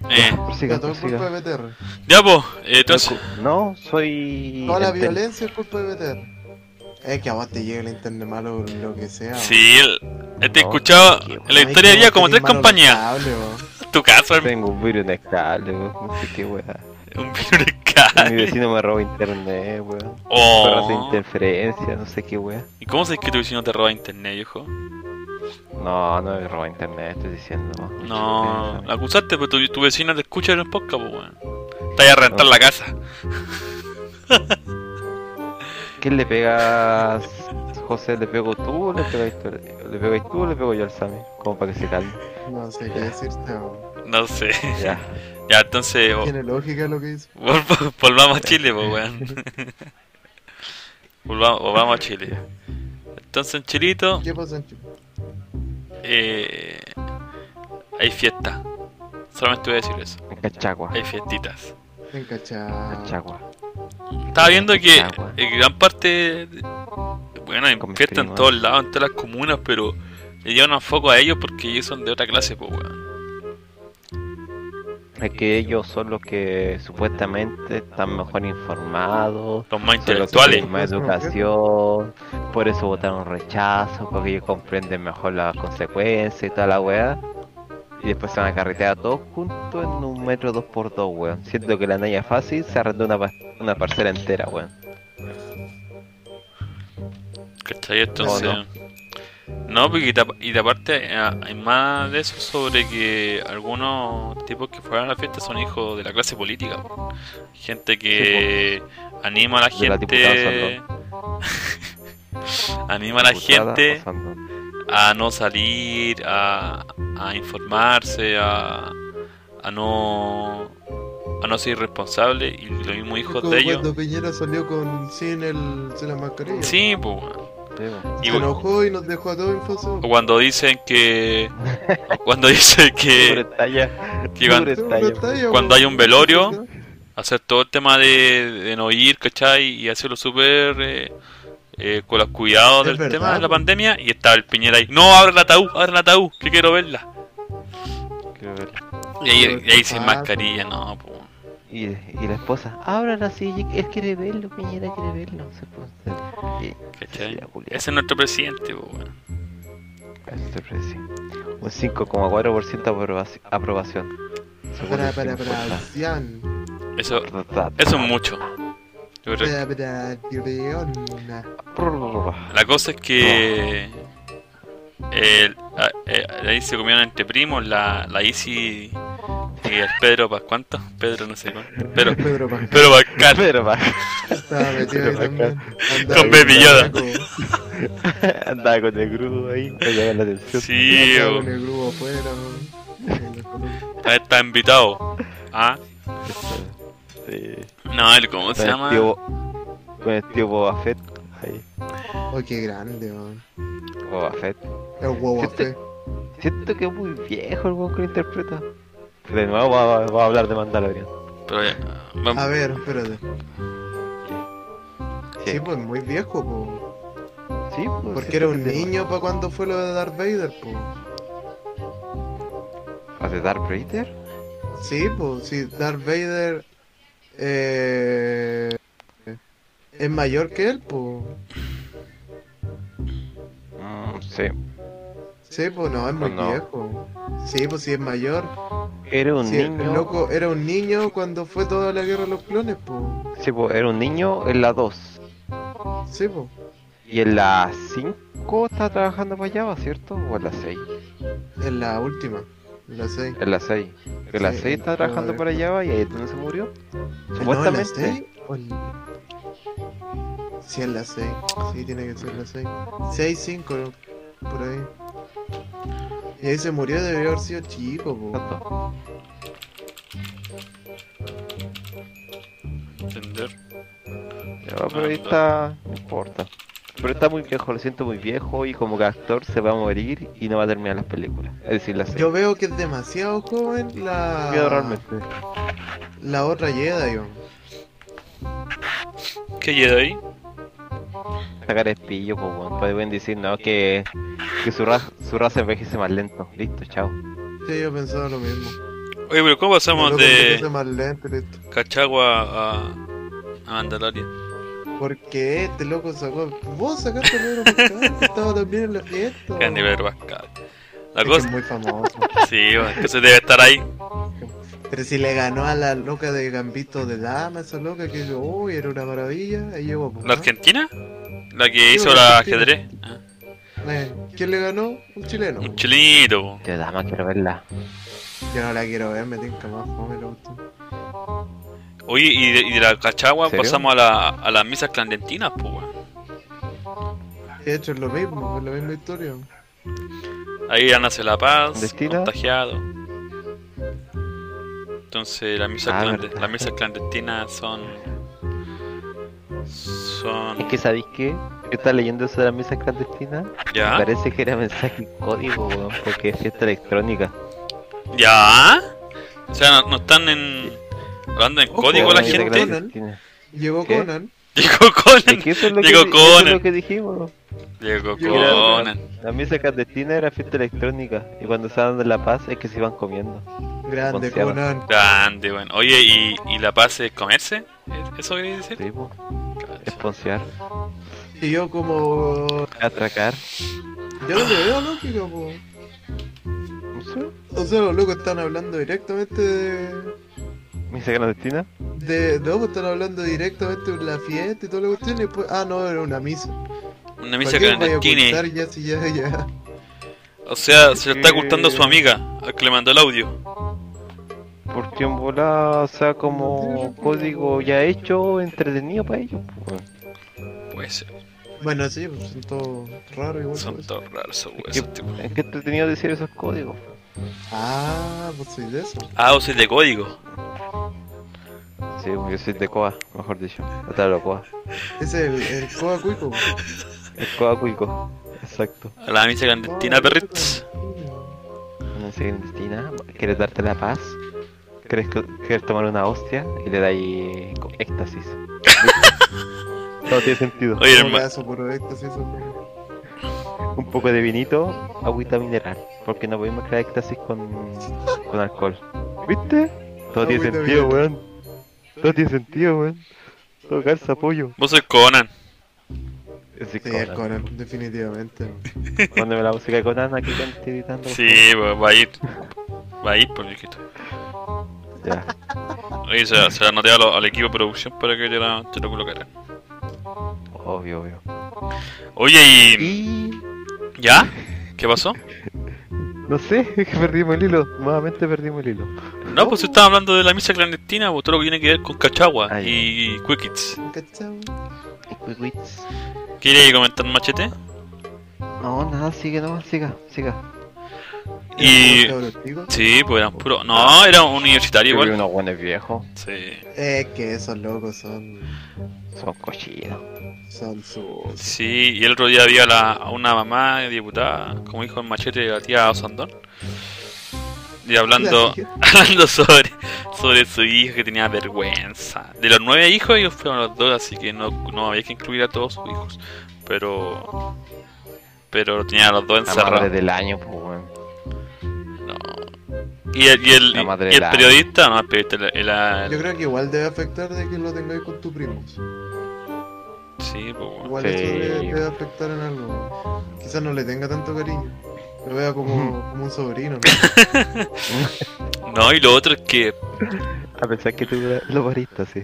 Speaker 1: Eh,
Speaker 2: Prosiga,
Speaker 3: Ya, todo es
Speaker 2: prosiga.
Speaker 3: culpa de BTR.
Speaker 1: ya, pues, entonces.
Speaker 2: No, soy.
Speaker 3: Toda la
Speaker 2: entero.
Speaker 3: violencia es culpa de BTR. Es que a vos te llega el internet malo lo que sea.
Speaker 1: Sí, el- este
Speaker 2: No,
Speaker 1: escuchado
Speaker 2: qué
Speaker 1: en la
Speaker 3: Ay,
Speaker 1: historia
Speaker 3: que
Speaker 1: ya
Speaker 3: vos
Speaker 1: como
Speaker 3: tenés
Speaker 1: tres
Speaker 3: malos
Speaker 1: compañías.
Speaker 3: cables, vos.
Speaker 1: Tu caso, el-
Speaker 2: Tengo un virus inestable, weón. No sé qué weá.
Speaker 1: un virus de
Speaker 2: Mi
Speaker 1: calle.
Speaker 2: vecino me roba internet, weón. Perros de
Speaker 1: Oh.
Speaker 2: interferencia, no sé qué weá.
Speaker 1: ¿Y cómo sabes que tu vecino te roba internet, viejo?
Speaker 2: No, no me roba internet, estoy diciendo.
Speaker 1: No, la acusaste, pero tu, tu vecino te escucha en el podcast, pues, weón. Te vas a rentar la casa.
Speaker 2: ¿Quién le pegas? José, ¿le pego tú o le pegáis tú? ¿Le pegáis tú o le pego yo al Sammy? Como para que se calme.
Speaker 3: No sé qué decirte. vos.
Speaker 1: No sé.
Speaker 2: Ya.
Speaker 1: [laughs] Ya, entonces, vo-
Speaker 3: Tiene lógica lo que dice.
Speaker 1: vol- [laughs] volvamos a Chile, pues, weón. [laughs] volvamos, volvamos a Chile. Entonces, en Chilito,
Speaker 3: ¿Qué pasa en Chile?
Speaker 1: eh, hay fiesta. Solamente voy a decir eso.
Speaker 2: En Cachagua.
Speaker 1: Hay fiestitas.
Speaker 3: En Cachá.
Speaker 2: Cachagua.
Speaker 1: Estaba viendo que
Speaker 2: Agua.
Speaker 1: en gran parte. Bueno, hay
Speaker 2: Ah, Con eh. mis
Speaker 1: fiestas en
Speaker 2: primos.
Speaker 1: todos lados, en todas las comunas, pero le llevan un foco a ellos porque ellos son de otra clase, pues, weón.
Speaker 2: Es que ellos son los que supuestamente están mejor informados,
Speaker 1: Los más
Speaker 2: son los que
Speaker 1: intelectuales.
Speaker 2: tienen más educación, por eso votaron rechazo, porque ellos comprenden mejor las consecuencias y toda la weá. Y después se van a carretear todos juntos en un metro dos por dos, weón. Siento que la naya fácil se arrendó una, pa- una parcela entera, weón.
Speaker 1: ¿Cachai? Entonces.
Speaker 2: Oh, No,
Speaker 1: No, porque y ta- y de aparte eh, hay más de eso sobre que algunos tipos que fueron a la fiesta son hijos de la clase política. po. Gente que anima a la
Speaker 2: pues. De la
Speaker 1: gente. [laughs] anima a la
Speaker 2: Putada,
Speaker 1: gente.
Speaker 2: pasando.
Speaker 1: a no salir, a, a informarse, a, a no a no ser irresponsable y los mismos hijos de ellos.
Speaker 3: Cuando Piñera salió con sin el sin la mascarilla.
Speaker 1: Sí, po, weón.
Speaker 2: Sí, weón.
Speaker 1: Y
Speaker 3: Se enojó y nos dejó a todos infasos.
Speaker 1: o cuando dicen
Speaker 3: [laughs]
Speaker 1: que cuando dicen que,
Speaker 2: Pura talla,
Speaker 1: que van
Speaker 2: pura talla.
Speaker 1: cuando hay un velorio. a hacer todo el tema de, de no ir, ¿cachai? Y hacerlo súper eh, eh, con los cuidados
Speaker 3: Es
Speaker 1: del
Speaker 3: verdad, pues.
Speaker 1: tema de la
Speaker 3: po.
Speaker 1: pandemia y estaba el Piñera ahí, no, abre el ataúd, abre el ataúd, que quiero verla.
Speaker 2: Quiero ver.
Speaker 1: Y ahí,
Speaker 3: Pero
Speaker 1: y ahí
Speaker 3: qué
Speaker 1: sin
Speaker 3: paja.
Speaker 1: mascarilla, no, pues, po.
Speaker 2: Y, y la esposa, ábrala así, él quiere verlo, Piñera quiere verlo. Se puso- y-
Speaker 1: ¿Cachai?
Speaker 2: Cecilia Julia.
Speaker 1: Ese es nuestro presidente, pues, po, weón.
Speaker 2: Eso te ofrece. Un 5,4% aprobaci- aprobación. Según
Speaker 3: Para,
Speaker 2: el
Speaker 3: para,
Speaker 2: Simón
Speaker 3: para,
Speaker 2: Portal.
Speaker 3: Cian.
Speaker 1: Eso,
Speaker 2: Ta, ta, ta.
Speaker 1: eso es mucho. Yo creo
Speaker 3: Para, para, Tibeona.
Speaker 1: La cosa es que el- a- eh, ahí se comieron entre primos la, la Isi y el Pedro Paz. ¿Cuánto? Pedro no sé cuánto. Pero,
Speaker 3: Pedro Pascal
Speaker 1: Pedro Pascal.
Speaker 2: Pero va,
Speaker 3: estaba metido ahí
Speaker 2: Pedro
Speaker 3: también. Andaba
Speaker 1: Con Baby Yoda.
Speaker 3: con el
Speaker 2: [laughs] andaba con el grupo ahí, para llamar la atención.
Speaker 1: Sí,
Speaker 3: grupo,
Speaker 1: weón.
Speaker 3: Con el grupo afuera. weón.
Speaker 1: Ahí está invitado. Ah,
Speaker 2: Sí.
Speaker 1: no, el, ¿cómo se
Speaker 2: Con el
Speaker 1: llama?
Speaker 2: tío- Con el tío Boba Fett. Ahí.
Speaker 3: Oh, qué grande, weón.
Speaker 2: Boba Fett.
Speaker 3: El huevo
Speaker 2: Siete.
Speaker 3: fe.
Speaker 2: Siento que es muy viejo el weón que lo interpreta. De nuevo va, va- va a hablar de Mandalorian.
Speaker 1: Pero ya,
Speaker 3: A
Speaker 1: vamos.
Speaker 3: ver, espérate.
Speaker 2: Sí.
Speaker 3: Sí, pues muy viejo, po.
Speaker 2: Sí, pues,
Speaker 3: Porque
Speaker 2: siento
Speaker 3: era un
Speaker 2: que sí.
Speaker 3: niño para cuando fue lo de Darth Vader, po.
Speaker 2: ¿Hace Darth Vader?
Speaker 3: Sí, pues, sí, Darth Vader. Eh. es mayor que él, pues.
Speaker 2: Mm, sí.
Speaker 3: Sí, pues no, es muy
Speaker 2: No.
Speaker 3: viejo. Sí, pues sí es mayor.
Speaker 2: Era un
Speaker 3: Sí, el
Speaker 2: niño.
Speaker 3: loco era un niño cuando fue toda la guerra de los clones, pues.
Speaker 2: Sí, po, era un niño en la 2.
Speaker 3: Sí, pues.
Speaker 2: Y en la 5 está trabajando para allá, ¿va? ¿cierto? O en la 6.
Speaker 3: En la última, en la 6.
Speaker 2: En la 6. En la
Speaker 3: Sí,
Speaker 2: 6 está
Speaker 3: en-
Speaker 2: trabajando para allá ¿va? y ahí es donde se murió.
Speaker 3: No,
Speaker 2: Supuestamente.
Speaker 3: ¿En la 6? Sí, en la 6. Sí, tiene que ser en la 6. 6, 5, por ahí. Y ahí se murió, debería haber sido chico, pues. po.
Speaker 2: Exacto.
Speaker 1: Entender.
Speaker 2: Ya, pero ahí está. No importa. Pero está muy viejo, lo siento muy viejo y como que actor se va a morir y no va a terminar las películas. Es decir, la 6.
Speaker 3: Yo veo que es demasiado joven
Speaker 2: Miedo
Speaker 3: la,
Speaker 2: realmente.
Speaker 3: la otra Jedi, yo.
Speaker 1: ¿Qué Jedi?
Speaker 2: Sacar el pillo, pues bueno. Pueden decir, no, que, que su, ra- su raza envejece más lento. Listo, chao.
Speaker 3: Sí, yo pensaba lo mismo.
Speaker 1: Oye, pero ¿cómo pasamos
Speaker 3: El loco se puso
Speaker 1: de
Speaker 3: más lento, listo.
Speaker 1: Cachagua a, a Mandalorian?
Speaker 3: ¿Por qué este loco sacó? Vos sacaste el libro Pascal, que estaba también en la fiesta.
Speaker 1: Candy Pedro Pascal. La
Speaker 3: Es que es
Speaker 1: cosa.
Speaker 3: muy famoso.
Speaker 1: Sí, bueno, entonces debe estar ahí.
Speaker 3: Pero si le ganó a la loca de Gambito de Dama, esa loca que yo, uy, era una maravilla. Ahí llegó. pues,
Speaker 1: ¿La
Speaker 3: ¿no?
Speaker 1: Argentina? La que
Speaker 3: Sí,
Speaker 1: hizo
Speaker 3: la
Speaker 1: la ajedrez. Ah,
Speaker 3: Argentina. Eh, ¿Quién le ganó? Un chileno.
Speaker 1: Un
Speaker 3: po.
Speaker 1: chilenito, po.
Speaker 2: Yo nada más quiero verla.
Speaker 3: Yo no la quiero ver, me tinca más fome la cuestión.
Speaker 1: Oye, y de, y de la Cachagua
Speaker 2: ¿En serio?
Speaker 1: pasamos a, la, a las misas clandestinas, pues, weón.
Speaker 3: De hecho, es lo mismo, es la misma historia.
Speaker 1: Ahí ya nace la paz,
Speaker 2: ¿Clandestina?
Speaker 1: contagiado. Entonces, las misas,
Speaker 2: Ah,
Speaker 1: clandes-
Speaker 2: verdad.
Speaker 1: las misas clandestinas son. Son.
Speaker 2: Es que, ¿sabéis qué? Yo estaba leyendo eso de las misas clandestinas.
Speaker 1: ¿Ya?
Speaker 2: Parece que era mensaje y código, weón, porque es fiesta electrónica.
Speaker 1: ¿Ya? O sea, no, no están en. Hablando en
Speaker 3: Ojo,
Speaker 1: código la
Speaker 3: ahí
Speaker 2: Fiesta
Speaker 1: gente. [laughs]
Speaker 3: Conan.
Speaker 2: clandestina.
Speaker 3: Llegó
Speaker 2: ¿Qué?
Speaker 3: Conan.
Speaker 1: Llegó Conan.
Speaker 2: Es que eso es lo que,
Speaker 1: Llegó
Speaker 2: di- eso es
Speaker 1: Conan.
Speaker 2: lo que dijimos.
Speaker 1: Llegó
Speaker 3: Llegó Conan.
Speaker 1: Conan.
Speaker 2: La misa clandestina era fiesta electrónica. Y cuando estaban de La Paz es que se iban comiendo.
Speaker 3: Grande
Speaker 2: Ponceaba.
Speaker 3: Conan.
Speaker 1: Grande, bueno. Oye, ¿y, y la paz es comerse? ¿Es- ¿Eso quería decir?
Speaker 2: Sí, po.
Speaker 1: Cacha.
Speaker 2: Esponsear,
Speaker 3: Y yo como...
Speaker 2: atracar.
Speaker 3: Yo no le veo lógica, po.
Speaker 2: No sé,
Speaker 3: O sea, los locos están hablando directamente de...
Speaker 2: Misa clandestina.
Speaker 3: de... No, pues, están hablando directamente de la fiesta y toda la cuestión y después... Ah, no, era una misa.
Speaker 1: Una
Speaker 3: ¿Para
Speaker 1: misa
Speaker 3: qué vaya a
Speaker 1: clandestina.
Speaker 3: ocultar ya si ya, ya?
Speaker 1: O sea, se lo está
Speaker 2: Eh.
Speaker 1: ocultando a su amiga, al que le mandó el audio.
Speaker 2: Porque en volada, o sea, como código ya hecho, entretenido para ellos. po, weón.
Speaker 1: Pues,
Speaker 3: Bueno, sí, pues son todos raros igual.
Speaker 1: son
Speaker 3: pues.
Speaker 1: todos raros esos
Speaker 2: Es
Speaker 1: huesos,
Speaker 2: que,
Speaker 1: tipo.
Speaker 2: es que entretenido decir esos códigos.
Speaker 3: Ah, pues soy de eso.
Speaker 1: Ah, o sea, de código.
Speaker 2: Sí, po, yo soy de Coa, mejor dicho. Atalo Coa.
Speaker 3: Ese es el, el Coa Cuico. pues.
Speaker 1: [laughs]
Speaker 2: El Coa Cuico. Exacto.
Speaker 1: A la misa clandestina,
Speaker 3: Ah,
Speaker 1: perritos.
Speaker 3: pues.
Speaker 2: Una clandestina, quieres darte la paz, quieres, co- quieres tomar una hostia y le dais co-
Speaker 3: [laughs]
Speaker 2: éxtasis. no tiene sentido.
Speaker 1: Oye,
Speaker 3: Un
Speaker 1: hermano.
Speaker 3: brazo por éxtasis, eso.
Speaker 2: Un poco de vinito, agüita mineral, porque no podemos crear éxtasis con, con alcohol. ¿Viste? Todo tiene
Speaker 3: Agüita
Speaker 2: sentido,
Speaker 3: mineral.
Speaker 2: weón. Todo tiene sentido, weón. Todo calza apoyo.
Speaker 1: Vos sois Conan.
Speaker 2: Sí,
Speaker 3: Sí,
Speaker 2: [laughs]
Speaker 3: es
Speaker 2: Conan.
Speaker 3: Conan, definitivamente.
Speaker 2: Póndeme la música de Conan aquí cuando estoy editando. por
Speaker 1: Sí, pues, va a ir. Va a ir, por viejito.
Speaker 2: favor. Ya.
Speaker 1: Oye, se, se la anoté a lo- al equipo de producción para que te la, te la colocaran.
Speaker 2: Obvio, obvio.
Speaker 1: Oye, ¿y
Speaker 2: Y...
Speaker 1: ya? ¿Qué pasó?
Speaker 2: No sé, [laughs] perdimos el hilo. Nuevamente perdimos el hilo.
Speaker 1: No, pues estaba hablando de la misa clandestina, pues, todo lo que tiene que ver con Cachagua
Speaker 2: Ah, ya.
Speaker 1: y Quickits.
Speaker 3: ¿Cachau?
Speaker 2: pues,
Speaker 1: ¿Quieres comentar machete?
Speaker 2: No, nada, sigue nomás, siga, siga.
Speaker 1: Y-
Speaker 3: Era un cabro chico.
Speaker 1: Sí, pues eran puro. No, era un universitario
Speaker 2: Yo vi
Speaker 1: igual.
Speaker 2: unos buenos viejos,
Speaker 1: Sí,
Speaker 3: Es Eh, que esos locos son.
Speaker 2: son cochinos.
Speaker 3: Son sus.
Speaker 1: sí, y el otro día había la, a una mamá diputada, como dijo el machete de la tía Osandón. Y hablando, [laughs] hablando sobre, sobre su hijo que tenía vergüenza. De los nueve hijos, ellos fueron los dos, así que no, no había que incluir a todos sus hijos. Pero. Pero tenía a los dos
Speaker 2: La madre
Speaker 1: encerrados.
Speaker 2: del año, pues, weón.
Speaker 1: No. Y el, y el,
Speaker 2: La madre
Speaker 1: y el
Speaker 2: la-
Speaker 1: periodista, no, el periodista, el- el- el-
Speaker 3: Yo creo que igual debe afectar de que lo tengáis con tu primo.
Speaker 1: Sí, pues, weón.
Speaker 3: Igual
Speaker 2: Sí.
Speaker 3: eso le debe afectar en algo. Quizás no le tenga tanto cariño. Lo vea como, como un sobrino.
Speaker 1: [laughs]
Speaker 3: ¿no?
Speaker 1: No, y lo otro es que
Speaker 2: A pesar que tú lo pariste, sí.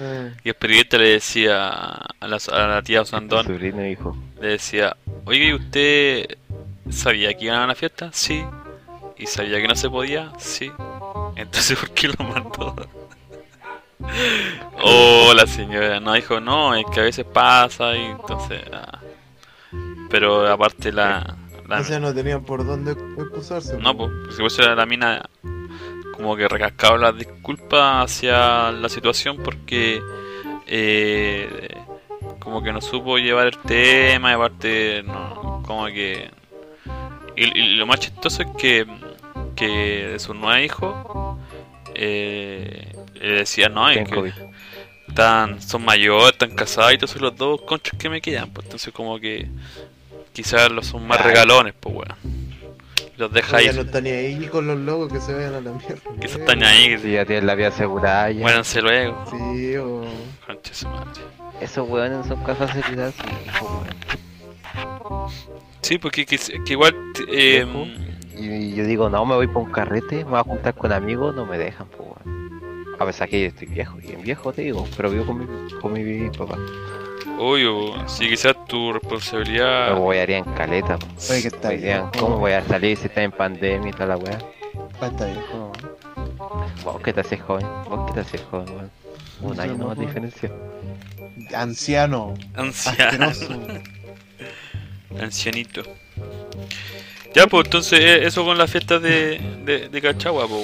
Speaker 3: Eh,
Speaker 1: y Expediente le decía a la, a la tía Osandón,
Speaker 2: Sobrino e hijo.
Speaker 1: le decía, oye, ¿y ¿usted sabía que iban a la fiesta? Sí. ¿Y sabía que no se podía? Sí. Entonces, ¿por qué lo mandó? [laughs] oh, la señora, no, dijo, no, es que a veces pasa y entonces... ah". Pero aparte la... la
Speaker 3: o sea, no tenían por dónde excusarse.
Speaker 1: No, pues, si fuese la mina como que recascaba las disculpas hacia la situación porque eh, como que no supo llevar el tema, y aparte no, como que... Y, y lo más chistoso es que, que de sus nueve hijos eh, le decía, no, es
Speaker 2: Ten
Speaker 1: que
Speaker 2: COVID.
Speaker 1: están, son mayores, están casados y todos son los dos conchos que me quedan, pues entonces como que quizás los son más
Speaker 2: Ay.
Speaker 1: regalones, pues weón. Los deja
Speaker 3: Ya
Speaker 1: ahí.
Speaker 3: no están ni ahí con los locos que se vayan a la mierda.
Speaker 1: Quizás están ahí.
Speaker 2: Sí, ya tienes la vida asegurada. Ya.
Speaker 1: Muéranse luego.
Speaker 3: Sí, o.
Speaker 1: Concha su madre.
Speaker 2: Esos weones son casas de vida. sí, hijo, weón.
Speaker 1: Sí, porque que, que igual. eh,
Speaker 2: Ojo. Y yo digo, no, me voy para un carrete, me voy a juntar con amigos, no me dejan, pues, weón. A pesar que yo estoy viejo, y en viejo te digo, pero vivo con mi, con mi papá.
Speaker 1: obvio, si quizás tu responsabilidad.
Speaker 2: Me voy a ir en caleta, po.
Speaker 3: Oye, que está
Speaker 2: Me dirían,
Speaker 3: bien.
Speaker 2: ¿cómo voy a salir si está en pandemia y toda la weá?
Speaker 3: Está viejo.
Speaker 2: Vos que te haces joven, vos que te haces joven, weón. Un
Speaker 3: Sí,
Speaker 2: año nomás de
Speaker 3: weón.
Speaker 2: diferencia.
Speaker 1: [laughs]
Speaker 3: Anciano.
Speaker 1: Anciano.
Speaker 3: Asqueroso.
Speaker 1: Ancianito. Ya, pues entonces, eh, eso con las fiestas de, de, de Cachagua, pues,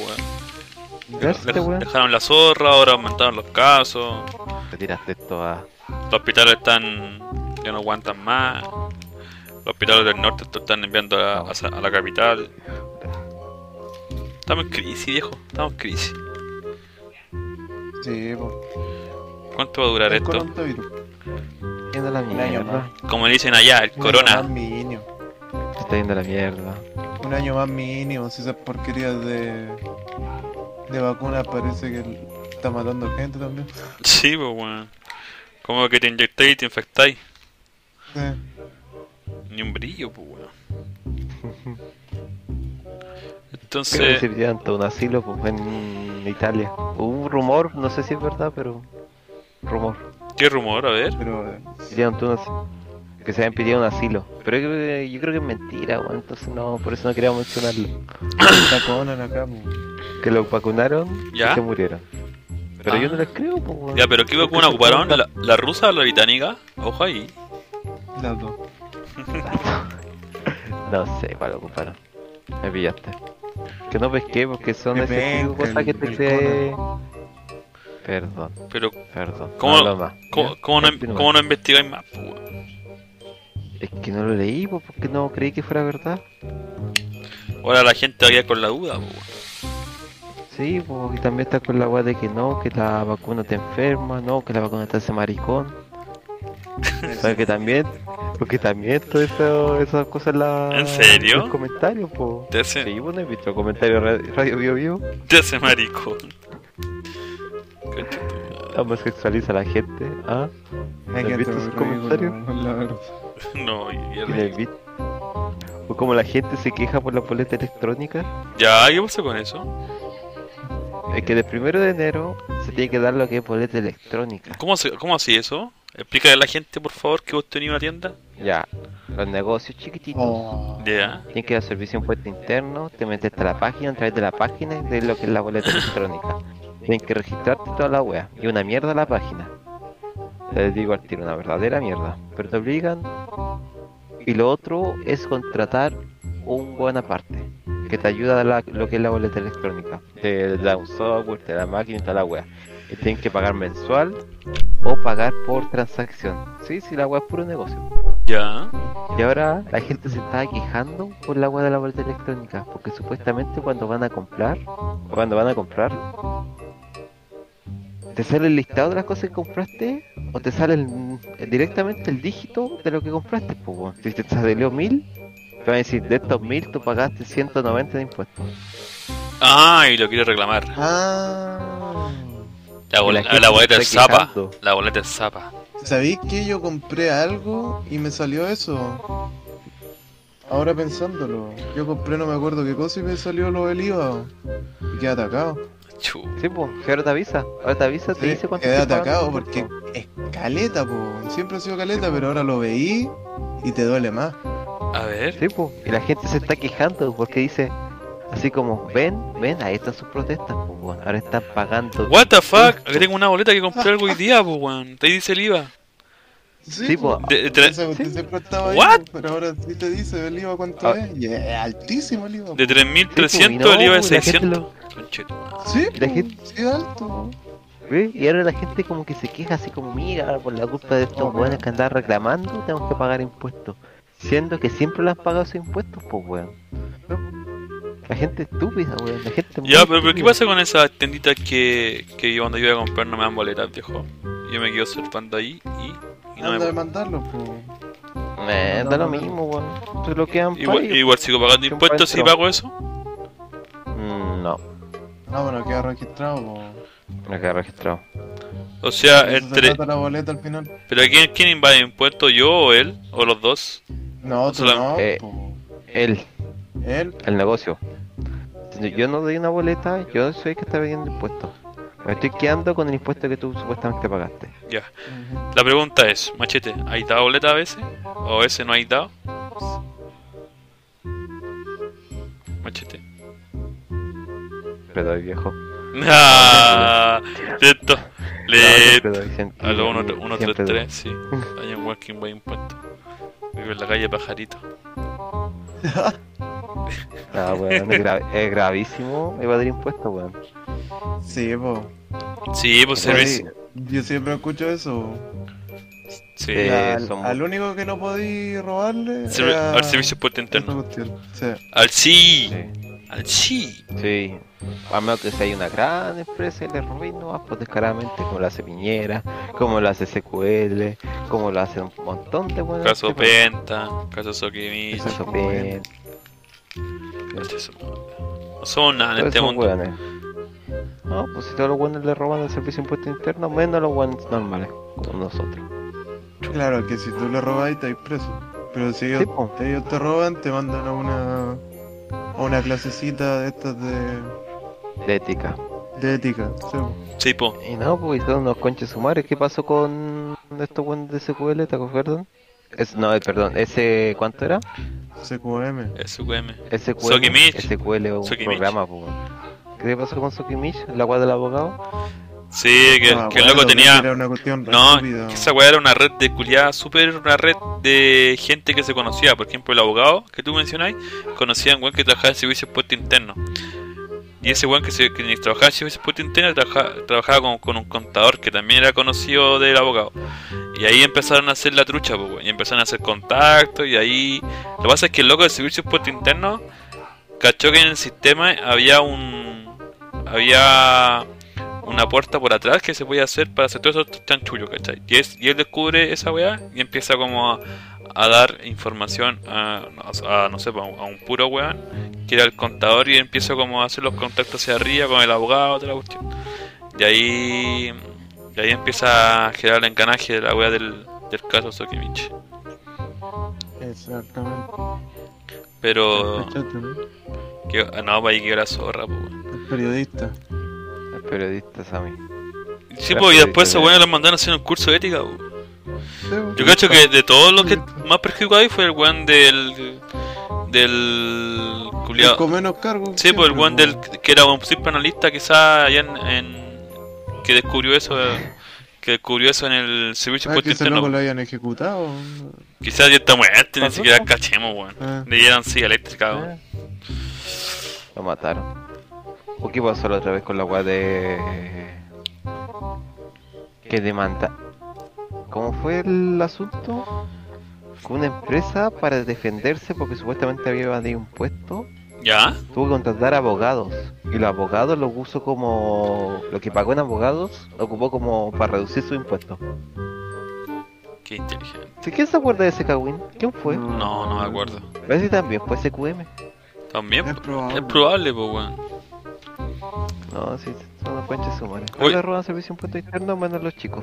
Speaker 1: weón.
Speaker 2: Verse,
Speaker 1: Dej-
Speaker 2: este weón.
Speaker 1: Dejaron la zorra, ahora aumentaron los casos.
Speaker 2: Te tiraste toda.
Speaker 1: Los hospitales están. ya no aguantan más. Los hospitales del norte te están enviando a, a sa- a la capital. Estamos en crisis, viejo. Estamos en crisis.
Speaker 3: Sí, pues. po.
Speaker 1: ¿Cuánto va a durar
Speaker 3: El
Speaker 1: esto?
Speaker 3: coronavirus.
Speaker 2: Yendo a la
Speaker 3: Un año
Speaker 2: mierda.
Speaker 1: Como dicen allá, el
Speaker 3: Un año más
Speaker 1: corona.
Speaker 3: mínimo.
Speaker 2: Te está yendo a la mierda.
Speaker 3: Un año más mínimo. Si esas porquerías de. de vacunas parece que está matando gente también.
Speaker 1: Sí, pues weón. Como que te inyectáis y te infectáis.
Speaker 3: Sí.
Speaker 1: Ni un brillo, pues weón.
Speaker 2: Creo que
Speaker 1: Entonces,
Speaker 2: sirvieron todo un asilo pues, en Italia. Hubo un rumor, no sé si es verdad, pero. Rumor.
Speaker 1: ¿qué rumor? A ver.
Speaker 3: Pero.
Speaker 1: [coughs]
Speaker 3: eh,
Speaker 2: Pidieron todo un asilo. Que se habían pedido un asilo. Pero yo creo que, yo creo que es mentira, weón. Entonces no, por eso no quería mencionarlo.
Speaker 3: Está Conan acá, pues, po.
Speaker 2: Que lo vacunaron
Speaker 1: ¿Ya?
Speaker 2: y se murieron. Pero
Speaker 1: Ah.
Speaker 2: yo no les creo, pues, weón.
Speaker 1: Ya, pero ¿qué
Speaker 2: Porque
Speaker 1: vacuna
Speaker 2: se
Speaker 1: ocuparon?
Speaker 2: trata-
Speaker 1: ¿La, la rusa o la británica? Ojo ahí.
Speaker 3: Las dos.
Speaker 2: No sé cuál ocuparon. Me pillaste. Que no pesqué porque son
Speaker 3: Que
Speaker 2: ese tipo de
Speaker 3: pesca,
Speaker 2: cosas que
Speaker 3: el-
Speaker 2: te
Speaker 3: el
Speaker 2: cree. Perdón,
Speaker 1: Pero,
Speaker 2: perdón.
Speaker 1: ¿Cómo-
Speaker 2: No hablo más.
Speaker 1: ¿cómo, cómo no, em-
Speaker 2: Continúa.
Speaker 1: cómo no investigáis más, pues weón?
Speaker 2: Es que no lo leí, pues, porque no creí que fuera verdad.
Speaker 1: Ahora la gente va a quedar con la duda, pues weón.
Speaker 2: Sí, pues, y también está con la weá de que no, que la vacuna te enferma, no, que la vacuna te hace maricón. O sea, que también, porque también todo eso, esas cosas la...
Speaker 1: ¿En serio?
Speaker 2: Los comentarios, pues.
Speaker 1: Te hace,
Speaker 2: Sí, bueno, he visto comentarios radio, radio Bio Bio.
Speaker 1: te hace marico.
Speaker 2: Homosexualiza a la gente, ¿ah?
Speaker 3: Hay
Speaker 2: ¿Has
Speaker 3: que
Speaker 2: visto
Speaker 3: estar
Speaker 2: ese
Speaker 3: ridículo,
Speaker 2: comentario?
Speaker 3: weón, la verdad.
Speaker 1: No, y- y
Speaker 2: Y les
Speaker 1: el-
Speaker 2: vi- O como la gente se queja por la boleta electrónica,
Speaker 1: ya, ¿qué pasó con eso?
Speaker 2: es que del primero de enero se tiene que dar lo que es boleta electrónica.
Speaker 1: ¿Cómo, se- cómo así eso? Explícale a la gente, por favor, que vos tenías una tienda.
Speaker 2: Ya, los negocios chiquititos.
Speaker 3: Oh.
Speaker 1: Ya.
Speaker 2: Tienes que ir al servicio impuesto interno, te metes a la página, a través de la página y de lo que es la boleta electrónica. Tienes que registrarte toda la wea. Y una mierda la página. Les digo al tiro, una verdadera mierda. Pero te obligan. Y lo otro es contratar un buen aparte. Que te ayuda a la- lo que es la boleta electrónica. Te da un software, te da máquina y toda la wea. Y tienen que pagar mensual o pagar por transacción. Sí, sí, la wea es puro negocio.
Speaker 1: Ya.
Speaker 2: Y ahora la gente se está quejando por la agua de la boleta electrónica, porque supuestamente cuando van a comprar, o cuando van a comprar, te sale el listado de las cosas que compraste, o te sale el- el- directamente el dígito de lo que compraste, pues weón. Si te salió mil, te van a decir, de estos mil tú pagaste 190 de impuestos.
Speaker 1: Ah, y lo quiere reclamar.
Speaker 3: Ah.
Speaker 1: La, bol-
Speaker 2: La
Speaker 1: ah, la,
Speaker 2: gente se
Speaker 1: boleta es
Speaker 2: está
Speaker 1: zapa.
Speaker 2: quejando.
Speaker 1: La boleta es zapa.
Speaker 3: ¿Sabéis que yo compré algo y me salió eso? Ahora pensándolo, yo compré no me acuerdo qué cosa y me salió lo del IVA. Y quedé atacado.
Speaker 1: Chu.
Speaker 2: Sí, pues, que ahora te avisa. Ahora te avisa, te
Speaker 3: Sí,
Speaker 2: dice cuánto
Speaker 3: quedé
Speaker 2: estás
Speaker 3: atacado
Speaker 2: pagando,
Speaker 3: porque
Speaker 2: po.
Speaker 3: es caleta, po. Siempre ha sido caleta, pero ahora lo veí y te duele más.
Speaker 1: A ver.
Speaker 2: Sí, pues, y la gente se está quejando porque dice. Así como, ven, ven, ahí están sus protestas, pues, weón. Ahora están pagando.
Speaker 1: What the fuck? Aquí tengo una boleta que compré algo hoy día, pues, weón. Te dice el IVA.
Speaker 2: Sí, po.
Speaker 1: De- de tre-
Speaker 3: Esa cuestión
Speaker 2: Sí.
Speaker 3: siempre estaba ahí,
Speaker 1: What?
Speaker 3: po, pero ahora sí te dice el IVA cuánto
Speaker 2: Ah.
Speaker 3: es. Y es altísimo el IVA.
Speaker 1: de
Speaker 2: Sí,
Speaker 1: 3.300
Speaker 2: pues, y no,
Speaker 1: el IVA es
Speaker 2: la gente
Speaker 1: 600.
Speaker 2: lo-
Speaker 1: Conchetumare.
Speaker 3: Sí,
Speaker 2: La
Speaker 3: po,
Speaker 2: gente-
Speaker 3: sí, alto.
Speaker 2: ¿Ve? Y ahora la gente como que se queja así como, mira, ahora por la culpa de
Speaker 3: Oh,
Speaker 2: estos
Speaker 3: mira.
Speaker 2: weones que andan reclamando, tenemos que pagar impuestos. Siendo que siempre lo han pagado sus impuestos, pues weón. La gente estúpida, weón. La gente muy
Speaker 1: Ya, pero, pero ¿qué
Speaker 2: estúpida.
Speaker 1: pasa con esas tienditas que, que cuando yo iba a comprar no me dan boletas, viejo? Yo me quedo surfando ahí y, y no
Speaker 3: Anda a
Speaker 1: me...
Speaker 3: mandarlo, po.
Speaker 2: Eh,
Speaker 3: No,
Speaker 2: da
Speaker 3: no,
Speaker 2: lo
Speaker 3: no.
Speaker 2: mismo, weón. Se lo quedan para
Speaker 1: Igual,
Speaker 2: ellos.
Speaker 1: igual sigo pagando
Speaker 2: Siempre
Speaker 1: impuestos si
Speaker 2: entro.
Speaker 1: pago eso.
Speaker 2: Mm, no,
Speaker 3: No, bueno, queda registrado, po.
Speaker 2: me queda registrado.
Speaker 1: O sea,
Speaker 3: De eso se
Speaker 1: entre...
Speaker 3: trata la boleta al final.
Speaker 1: ¿Pero quién, quién invade impuestos? ¿Yo o él? ¿O los dos?
Speaker 3: No, tú
Speaker 1: Solam-
Speaker 3: no,
Speaker 2: eh.
Speaker 3: po.
Speaker 2: El,
Speaker 3: Él,
Speaker 2: el negocio. Yo no doy una boleta, yo soy el que está vendiendo impuestos. Me estoy quedando con el impuesto que tú supuestamente pagaste.
Speaker 1: Ya. La pregunta es, machete, ¿hay dado boleta a veces? ¿O a veces no hay dado? Machete. [laughs]
Speaker 2: Te doy, viejo.
Speaker 1: Ah, listo.
Speaker 2: No, siempre
Speaker 1: Listo.
Speaker 2: doy, siempre-
Speaker 1: A lo 133,
Speaker 2: siempre
Speaker 1: sí. Hay un walking by impuesto. Vivo en la calle Pajarito.
Speaker 2: doy. No, "Ah, weón, es, gra- es gravísimo evadir impuestos, weón.
Speaker 3: sí, po.
Speaker 1: Sí, pues
Speaker 2: Oye,
Speaker 1: servicio.
Speaker 3: Oye, Yo siempre escucho eso.
Speaker 1: Sí.
Speaker 2: Eh,
Speaker 3: Ya, al,
Speaker 2: somos-
Speaker 3: al único que no podí robarle.
Speaker 1: Servi-
Speaker 3: era-
Speaker 1: al servicio puente
Speaker 3: esa
Speaker 1: interno.
Speaker 3: cuestión. Sí.
Speaker 1: Al sí.
Speaker 2: Sí.
Speaker 1: Al sí.
Speaker 2: Sí, a menos que sea una gran empresa y le robéis nomás, pues descaradamente, como lo hace Piñera, como lo hace SQL, como lo hace un montón de buenos.
Speaker 1: Caso
Speaker 2: tipos.
Speaker 1: Penta. Caso Sokimich.
Speaker 3: Eso.
Speaker 2: Caso Pen.
Speaker 1: No somos nada en
Speaker 2: todos
Speaker 1: este
Speaker 2: esos
Speaker 1: mundo.
Speaker 2: hueones. No, pues si todos los buenos le roban el servicio de impuesto interno, menos los buenos normales, como nosotros.
Speaker 3: Claro, que si tú le robas ahí estáis preso. Pero si ellos,
Speaker 2: Sí, po.
Speaker 3: ellos te roban, te mandan a una. a una clasecita de estas de.
Speaker 2: De ética.
Speaker 3: de ética. Sí, po.
Speaker 1: Sí, po.
Speaker 2: Y no, pues son unos conches sumarios. ¿Qué pasó con estos buenos de SQL? ¿Te acuerdas? Es, no, eh, perdón, ese, ¿cuánto era?
Speaker 3: CQM.
Speaker 1: Es UM.
Speaker 2: SQL,
Speaker 1: Sokimich.
Speaker 2: SQL es un
Speaker 1: Sokimich.
Speaker 2: programa, po, weón. ¿Qué pasó con Sokimich? ¿La guay del abogado?
Speaker 1: Sí, que,
Speaker 3: Ah,
Speaker 1: que el
Speaker 3: bueno,
Speaker 1: loco tenía.
Speaker 3: Era una cuestión re
Speaker 1: No,
Speaker 3: estúpida.
Speaker 1: que esa weá era una red de culiada, súper una red de gente que se conocía. Por ejemplo, el abogado que tú mencionáis, conocían weón que trabajaba en servicios puesto interno. Y ese weón que, se, que ni trabajaba en servicios puesto interno trabaja- trabajaba con, con un contador que también era conocido del abogado. Y ahí empezaron a hacer la trucha, po, weón, y empezaron a hacer contacto. Y ahí lo que pasa es que el loco de servicios puesto interno cachó que en el sistema había un. Había una puerta por atrás que se puede hacer para hacer todos esos chanchullos, ¿cachai? Y, es- y él descubre esa weá y empieza como a, a dar información a, a- no sé, a un, a un puro weón, que era el contador, y empieza como a hacer los contactos hacia arriba con el abogado, toda la cuestión. Y ahí, y ahí empieza a generar el encanaje de la weá del, del caso Sokimich.
Speaker 3: Exactamente. [laughs]
Speaker 1: Pero,
Speaker 3: Cachate, ¿no?
Speaker 1: que, ah, no, para ahí que era zorra, pues, weón.
Speaker 3: El periodista.
Speaker 2: El periodista Sammy.
Speaker 1: Sí, pues, y después ese weón lo mandaron a hacer un curso de ética, pues.
Speaker 3: Sí, pues, po.
Speaker 1: Yo cacho que de todos los que
Speaker 3: Mm.
Speaker 1: más perjudicado ahí fue el weón del. del.
Speaker 3: El
Speaker 1: culiado.
Speaker 3: Con menos cargo.
Speaker 1: Sí, pues el weón
Speaker 3: siempre, Ah,
Speaker 1: del.
Speaker 3: po.
Speaker 1: que era un simple analista, quizá allá en. en- que descubrió eso. eh, que descubrió eso en el servicio
Speaker 3: Ah,
Speaker 1: puesto
Speaker 3: que ese loco
Speaker 1: interno.
Speaker 3: lo hayan ejecutado.
Speaker 1: Quizás ya está muerto, ni
Speaker 3: ¿Pasó?
Speaker 1: siquiera cachemos, weón.
Speaker 3: Ah,
Speaker 1: Le dieron silla eléctrica, weón.
Speaker 2: Eh, Lo mataron. ¿O qué pasó la otra vez con la weá de. que demanda? ¿Cómo fue el asunto? Con una empresa para defenderse porque supuestamente había evadido impuestos,
Speaker 1: ¿Ya?
Speaker 2: tuvo que contratar abogados. Y los abogados los usó como. lo que pagó en abogados, lo ocupó como para reducir sus impuestos.
Speaker 1: Qué inteligente.
Speaker 2: ¿Sí, ¿Quién se acuerda de ese Cagüín? ¿Quién fue?
Speaker 3: Mm.
Speaker 1: No, no me acuerdo.
Speaker 2: Parece que también fue SQM.
Speaker 1: También.
Speaker 3: Es probable.
Speaker 1: Es probable, pues, weón.
Speaker 2: No, sí, No me conches su madre.
Speaker 1: Uy.
Speaker 2: le roban servicio en puerto interno, menos los chicos.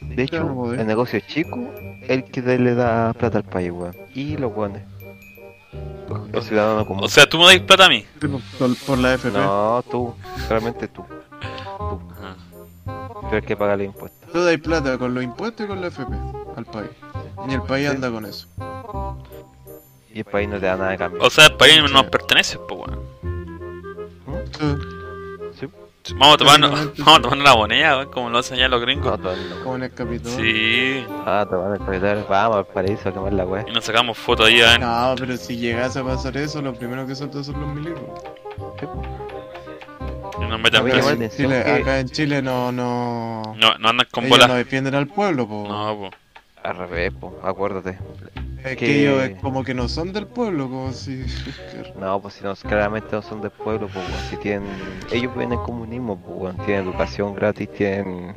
Speaker 2: De
Speaker 3: Claro,
Speaker 2: hecho,
Speaker 3: eh.
Speaker 2: el negocio es chico, el que le da plata al país, weón. Y los weones. Los, los ciudadanos
Speaker 1: O
Speaker 2: comunes.
Speaker 1: sea, tú me das plata a mí.
Speaker 3: Por, pues, por la FP.
Speaker 2: No, tú. Realmente tú. Tú.
Speaker 1: Ajá.
Speaker 2: Tú eres el que paga los impuestos.
Speaker 3: Tú dais plata con los impuestos y con la FP al país. Y el país anda con eso.
Speaker 2: Y el país no te da nada de cambio.
Speaker 1: O sea, el país no nos pertenece, pues, weón.
Speaker 3: Tú,
Speaker 1: Vamos a tomarnos, [laughs] vamos a tomarnos la moneda, weón, como lo hacen allá los
Speaker 2: No,
Speaker 1: gringos.
Speaker 2: todo el-
Speaker 3: como en el Capitolio.
Speaker 1: Sí,
Speaker 2: Ah, te van a explotar. Vamos al paraíso a quemar la weá.
Speaker 1: y nos sacamos fotos ahí, ¿eh? weón.
Speaker 3: No, pero si llegase a pasar eso, lo primero que salta son los militares.
Speaker 1: Y nos meten
Speaker 2: Oye,
Speaker 1: preso.
Speaker 2: igual- atención
Speaker 3: Chile-
Speaker 2: que-
Speaker 3: acá en Chile no, no.
Speaker 1: No, no andan con
Speaker 3: ellos no
Speaker 1: bolas.
Speaker 3: defienden al pueblo, po.
Speaker 1: No, po.
Speaker 2: Al revés, po. Acuérdate.
Speaker 3: es que...
Speaker 2: que-
Speaker 3: ellos es como que no son del pueblo, como si.
Speaker 2: No, pues si no, claramente no son del pueblo, pues weón. Si tienen. Ellos viven en comunismo, pues weón. Tienen educación gratis, tienen.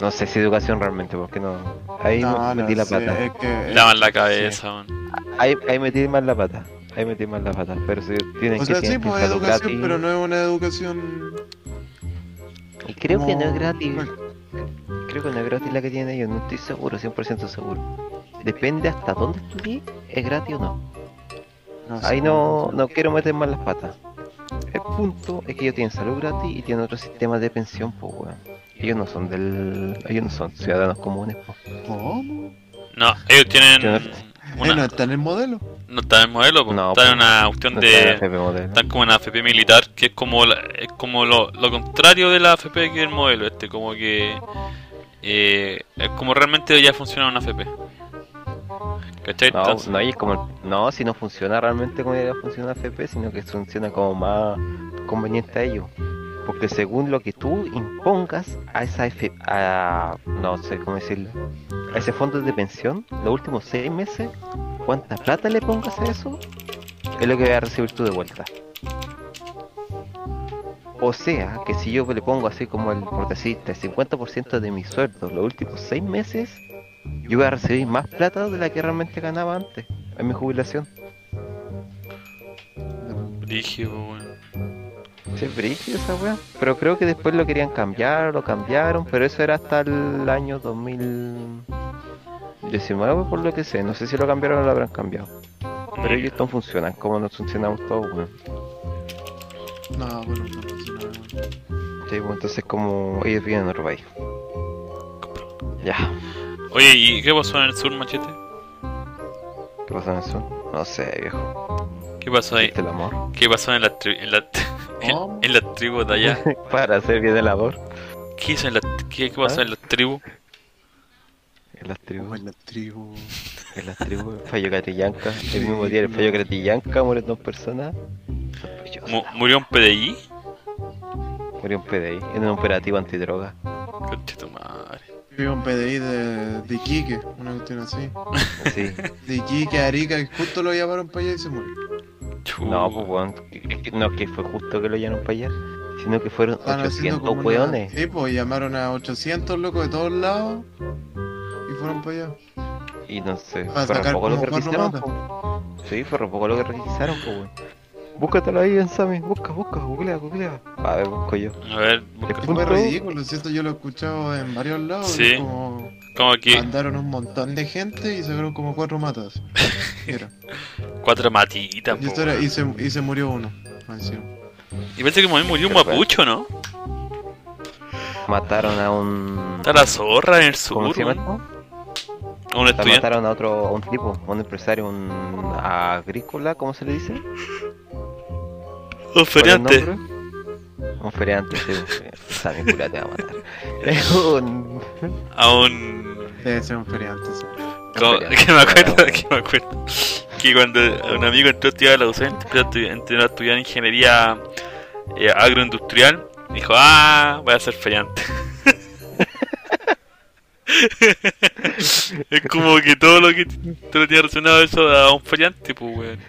Speaker 2: No sé si educación realmente, porque no. Ahí me- metí la
Speaker 3: sé, eh.
Speaker 2: pata.
Speaker 3: es que-
Speaker 1: Lavan la
Speaker 3: sí.
Speaker 1: cabeza, weón.
Speaker 2: Ahí, ahí metí más la pata. Ahí metí más la pata. Pero si tienen
Speaker 3: O sea,
Speaker 2: que
Speaker 3: sí,
Speaker 2: tienen
Speaker 3: pues
Speaker 2: pensado
Speaker 3: educación,
Speaker 2: gratis.
Speaker 3: pero no es una educación.
Speaker 2: Y creo que no es
Speaker 3: como-
Speaker 2: gratis. Creo que no es gratis la que tienen ellos. No estoy seguro, 100% seguro. Depende hasta dónde estudié, es gratis o no.
Speaker 3: No sé,
Speaker 2: Ahí no, no quiero meter más las patas. El punto es que ellos tienen salud gratis y tienen otro sistema de pensión, pues weón. Ellos no son del. Ellos no son ciudadanos comunes, pues.
Speaker 3: ¿Cómo?
Speaker 1: No, ellos tienen.
Speaker 3: Eh, no
Speaker 1: Una,
Speaker 3: está en el modelo.
Speaker 1: no están en modelo, po.
Speaker 2: No,
Speaker 1: están en
Speaker 2: po.
Speaker 1: una cuestión
Speaker 2: No están en
Speaker 1: de.
Speaker 2: FP modelo.
Speaker 1: Están como en la AFP militar, que es como, la- es como lo, lo contrario de la AFP que es el modelo este, como que eh, es como realmente ya funciona una AFP. ¿Cachai?
Speaker 2: No,
Speaker 1: Entonces,
Speaker 2: no, y es como, no, si no funciona realmente como debería funcionar FP, sino que funciona como más conveniente a ellos. Porque según lo que tú impongas a esa F, a, no sé cómo decirlo, a ese fondo de pensión, los últimos seis meses, cuánta plata le pongas a eso, es lo que vas a recibir tú de vuelta. O sea, que si yo le pongo así como el protecista, el 50% de mi sueldo los últimos seis meses, yo voy a recibir más plata de la que realmente ganaba antes, en mi jubilación.
Speaker 1: brígido, weón.
Speaker 2: Sí, es brígido esa weá. Pero creo que después lo querían cambiar, lo cambiaron, pero eso era hasta el año 2019, por lo que sé. No sé si lo cambiaron o lo habrán cambiado. Pero ellos no funcionan, como nos funcionamos todos, weón.
Speaker 3: No, bueno, no, no, no.
Speaker 2: Sí, pues, entonces como ellos viven en otro país. Ya,
Speaker 1: Oye, ¿y qué pasó en el sur, machete?
Speaker 2: ¿qué pasó en eso? No sé, viejo.
Speaker 1: ¿Qué pasó ahí?
Speaker 2: ¿Viste el amor? [laughs]
Speaker 1: ¿Qué pasó en la, tri- en la, [laughs]
Speaker 3: ¿Cómo?
Speaker 2: Oh.
Speaker 1: en, en la tribu de
Speaker 2: [laughs]
Speaker 1: allá?
Speaker 2: Para hacer bien el amor
Speaker 1: ¿Qué, hizo en la, qué, qué pasó
Speaker 2: ¿Ah?
Speaker 1: en la tribu?
Speaker 2: en las
Speaker 3: Como
Speaker 2: tribus.
Speaker 3: en la tribu.
Speaker 2: En las tribus, el fallo Catillanca, el mismo día el fallo Catillanca mueren dos personas. Sospechoso.
Speaker 1: Mu- ¿Murió un PDI?
Speaker 2: Murió un PDI en un operativo antidroga.
Speaker 1: Conche tu madre.
Speaker 3: Vive un PDI de, de Iquique, una cuestión así.
Speaker 1: [laughs]
Speaker 2: Sí.
Speaker 3: De Iquique, a Arica, y justo lo llamaron para allá y se murió.
Speaker 1: Chu.
Speaker 2: No, pues weón, es que- no es que fue justo que lo llenaron para allá, sino que fueron
Speaker 3: Estaban haciendo
Speaker 2: 800
Speaker 3: como una-
Speaker 2: weones.
Speaker 3: Sí, pues llamaron a 800 locos de todos lados y fueron para allá.
Speaker 2: Y no sé,
Speaker 3: Para
Speaker 2: fueron
Speaker 3: sacar
Speaker 2: poco lo
Speaker 3: como
Speaker 2: que
Speaker 3: cuatro
Speaker 2: requisaron, po. Sí, fueron poco lo que requisaron, pues weón. Búscatelo ahí en Sammy, busca, busca, googlea, googlea. A ver, busco yo.
Speaker 1: A ver, busca-
Speaker 2: Después-
Speaker 3: Fue
Speaker 2: Punto.
Speaker 3: ridículo, si esto yo lo he escuchado en varios lados.
Speaker 1: Sí.
Speaker 3: y Como
Speaker 1: como aquí,
Speaker 3: mandaron un montón de gente y sacaron como cuatro matas. Era.
Speaker 1: cuatro matitas,
Speaker 3: Y,
Speaker 1: po,
Speaker 3: esto era-
Speaker 1: weón.
Speaker 3: y se, y se murió uno. más encima.
Speaker 1: Y parece que murió un mapucho, ¿no?
Speaker 2: Mm. Mataron a un.
Speaker 1: Está la zorra en el
Speaker 2: ¿Cómo
Speaker 1: sur,
Speaker 2: se llama?
Speaker 1: weón.
Speaker 2: esto?
Speaker 1: A un
Speaker 2: La
Speaker 1: estudiante.
Speaker 2: mataron a otro, a un tipo, a un empresario, un agrícola, ¿cómo se le dice? ¿Cuál
Speaker 1: Un
Speaker 2: es el
Speaker 1: feriante.
Speaker 2: nombre? Un feriante, sí. Sammy Cura te va a
Speaker 1: [laughs]
Speaker 2: matar. Es un...
Speaker 1: A un.
Speaker 3: Debe ser un feriante. sí.
Speaker 1: ¿cómo-
Speaker 2: feriante,
Speaker 1: [laughs] Que me acuerdo,
Speaker 2: claro.
Speaker 1: que me acuerdo. Que cuando un amigo entró a estudiar a la UCE, entró a estudiar, entró a estudiar ingeniería eh, agroindustrial, dijo, ah, voy a ser feriante. [laughs] es como que todo lo que te lo tiene relacionado a eso a un feriante, pues, weón.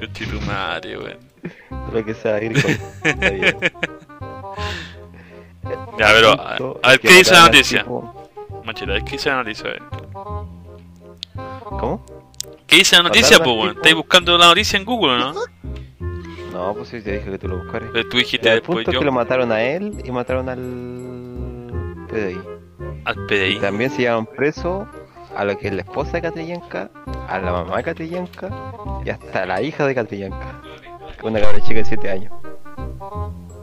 Speaker 1: Qué chido madre, weón.
Speaker 2: Lo que sea agrícola. Está bien.
Speaker 1: Ya, [laughs] pero, a,
Speaker 2: Punto,
Speaker 1: a ver,
Speaker 2: que
Speaker 1: ¿qué dice la
Speaker 2: mataron al
Speaker 1: noticia?
Speaker 2: tipo-
Speaker 1: Machete, a ver, ¿qué dice la noticia? A ver.
Speaker 2: ¿Cómo?
Speaker 1: ¿Qué dice la noticia, pues,
Speaker 2: Mataron al
Speaker 1: weón?
Speaker 2: tipo. [laughs]
Speaker 1: Estáis buscando la noticia en Google, ¿no?
Speaker 2: No, pues sí, te dije que tú lo buscaras.
Speaker 1: Pero Eh, tú dijiste
Speaker 2: El
Speaker 1: después
Speaker 2: punto es
Speaker 1: Pues, yo
Speaker 2: que lo mataron a él y mataron al PDI.
Speaker 1: al
Speaker 2: Y
Speaker 1: PDI.
Speaker 2: también se llevan preso a lo que es la esposa de Catrillanca, a la mamá de Catrillanca y hasta la hija de Catrillanca. Una cabra chica de 7 años.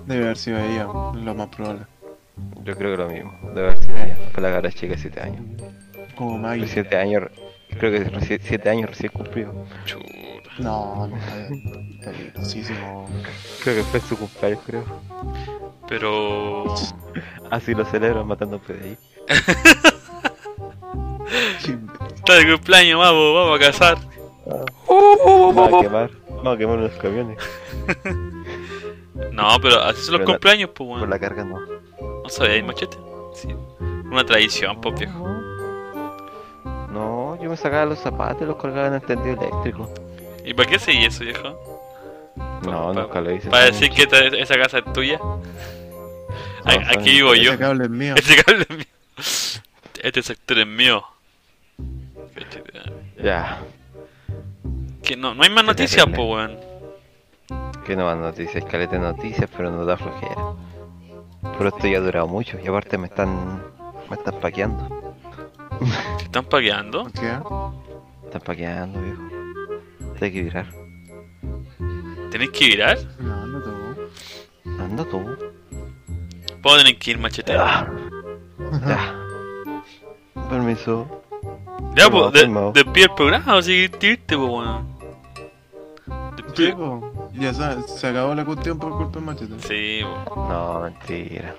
Speaker 3: Debe haber sido ella, lo más probable.
Speaker 2: Yo creo que lo mismo. Debe haber sido ella. Fue la cabra chica de 7 años.
Speaker 3: Como
Speaker 2: Pero
Speaker 3: Maggie.
Speaker 2: siete años. Creo que reci- siete años recién cumplido.
Speaker 1: Chuta.
Speaker 3: No, no, eh, peligrosísimo.
Speaker 2: Creo que fue su cumpleaños, creo.
Speaker 1: Pero.
Speaker 2: Así lo celebran matando a PDI.
Speaker 1: Está de cumpleaños, vamos, vamos a casar.
Speaker 2: Vamos a quemar. Vamos a quemar unos camiones.
Speaker 1: No, pero así son los
Speaker 2: Pero la-
Speaker 1: cumpleaños, pues,
Speaker 2: Por
Speaker 1: weón.
Speaker 2: la carga no.
Speaker 1: No sabía, hay machete. Sí. Una tradición, pues, viejo.
Speaker 2: No, yo me sacaba los zapatos y los colgaba en el tendido eléctrico.
Speaker 1: ¿Y para qué seguí eso, viejo? pa-
Speaker 2: No, nunca lo hice.
Speaker 1: Para decir que esta- esa casa es tuya. [laughs] A-
Speaker 2: No,
Speaker 1: Aquí vivo
Speaker 2: fue-
Speaker 1: yo.
Speaker 3: Ese cable es mío.
Speaker 1: Este cable es mío. Este sector es mío. Este,
Speaker 2: Ya,
Speaker 1: Que no, no hay más noticias, pues, weón.
Speaker 2: que no más noticias, caleta de noticias, pero no da flojera. Pero esto ya ha durado mucho y aparte me están. me están paqueando.
Speaker 1: ¿Te están pagueando?
Speaker 3: ¿Por qué?
Speaker 2: Me están paqueando, viejo. Tengo que virar.
Speaker 1: ¿Tenés que virar?
Speaker 3: No, no tuvo.
Speaker 2: Anda tú.
Speaker 1: ¿Puedo tener que ir machete?
Speaker 2: Ah, ya. Permiso.
Speaker 1: Ya, pues,
Speaker 2: calmado,
Speaker 1: de,
Speaker 2: calmado.
Speaker 1: despide el programa, así que te irte, pues, weón.
Speaker 3: Sí,
Speaker 1: Despide-
Speaker 3: po. Ya sabes, se acabó la cuestión por culpa del machete.
Speaker 1: Sí, po.
Speaker 2: No, mentira.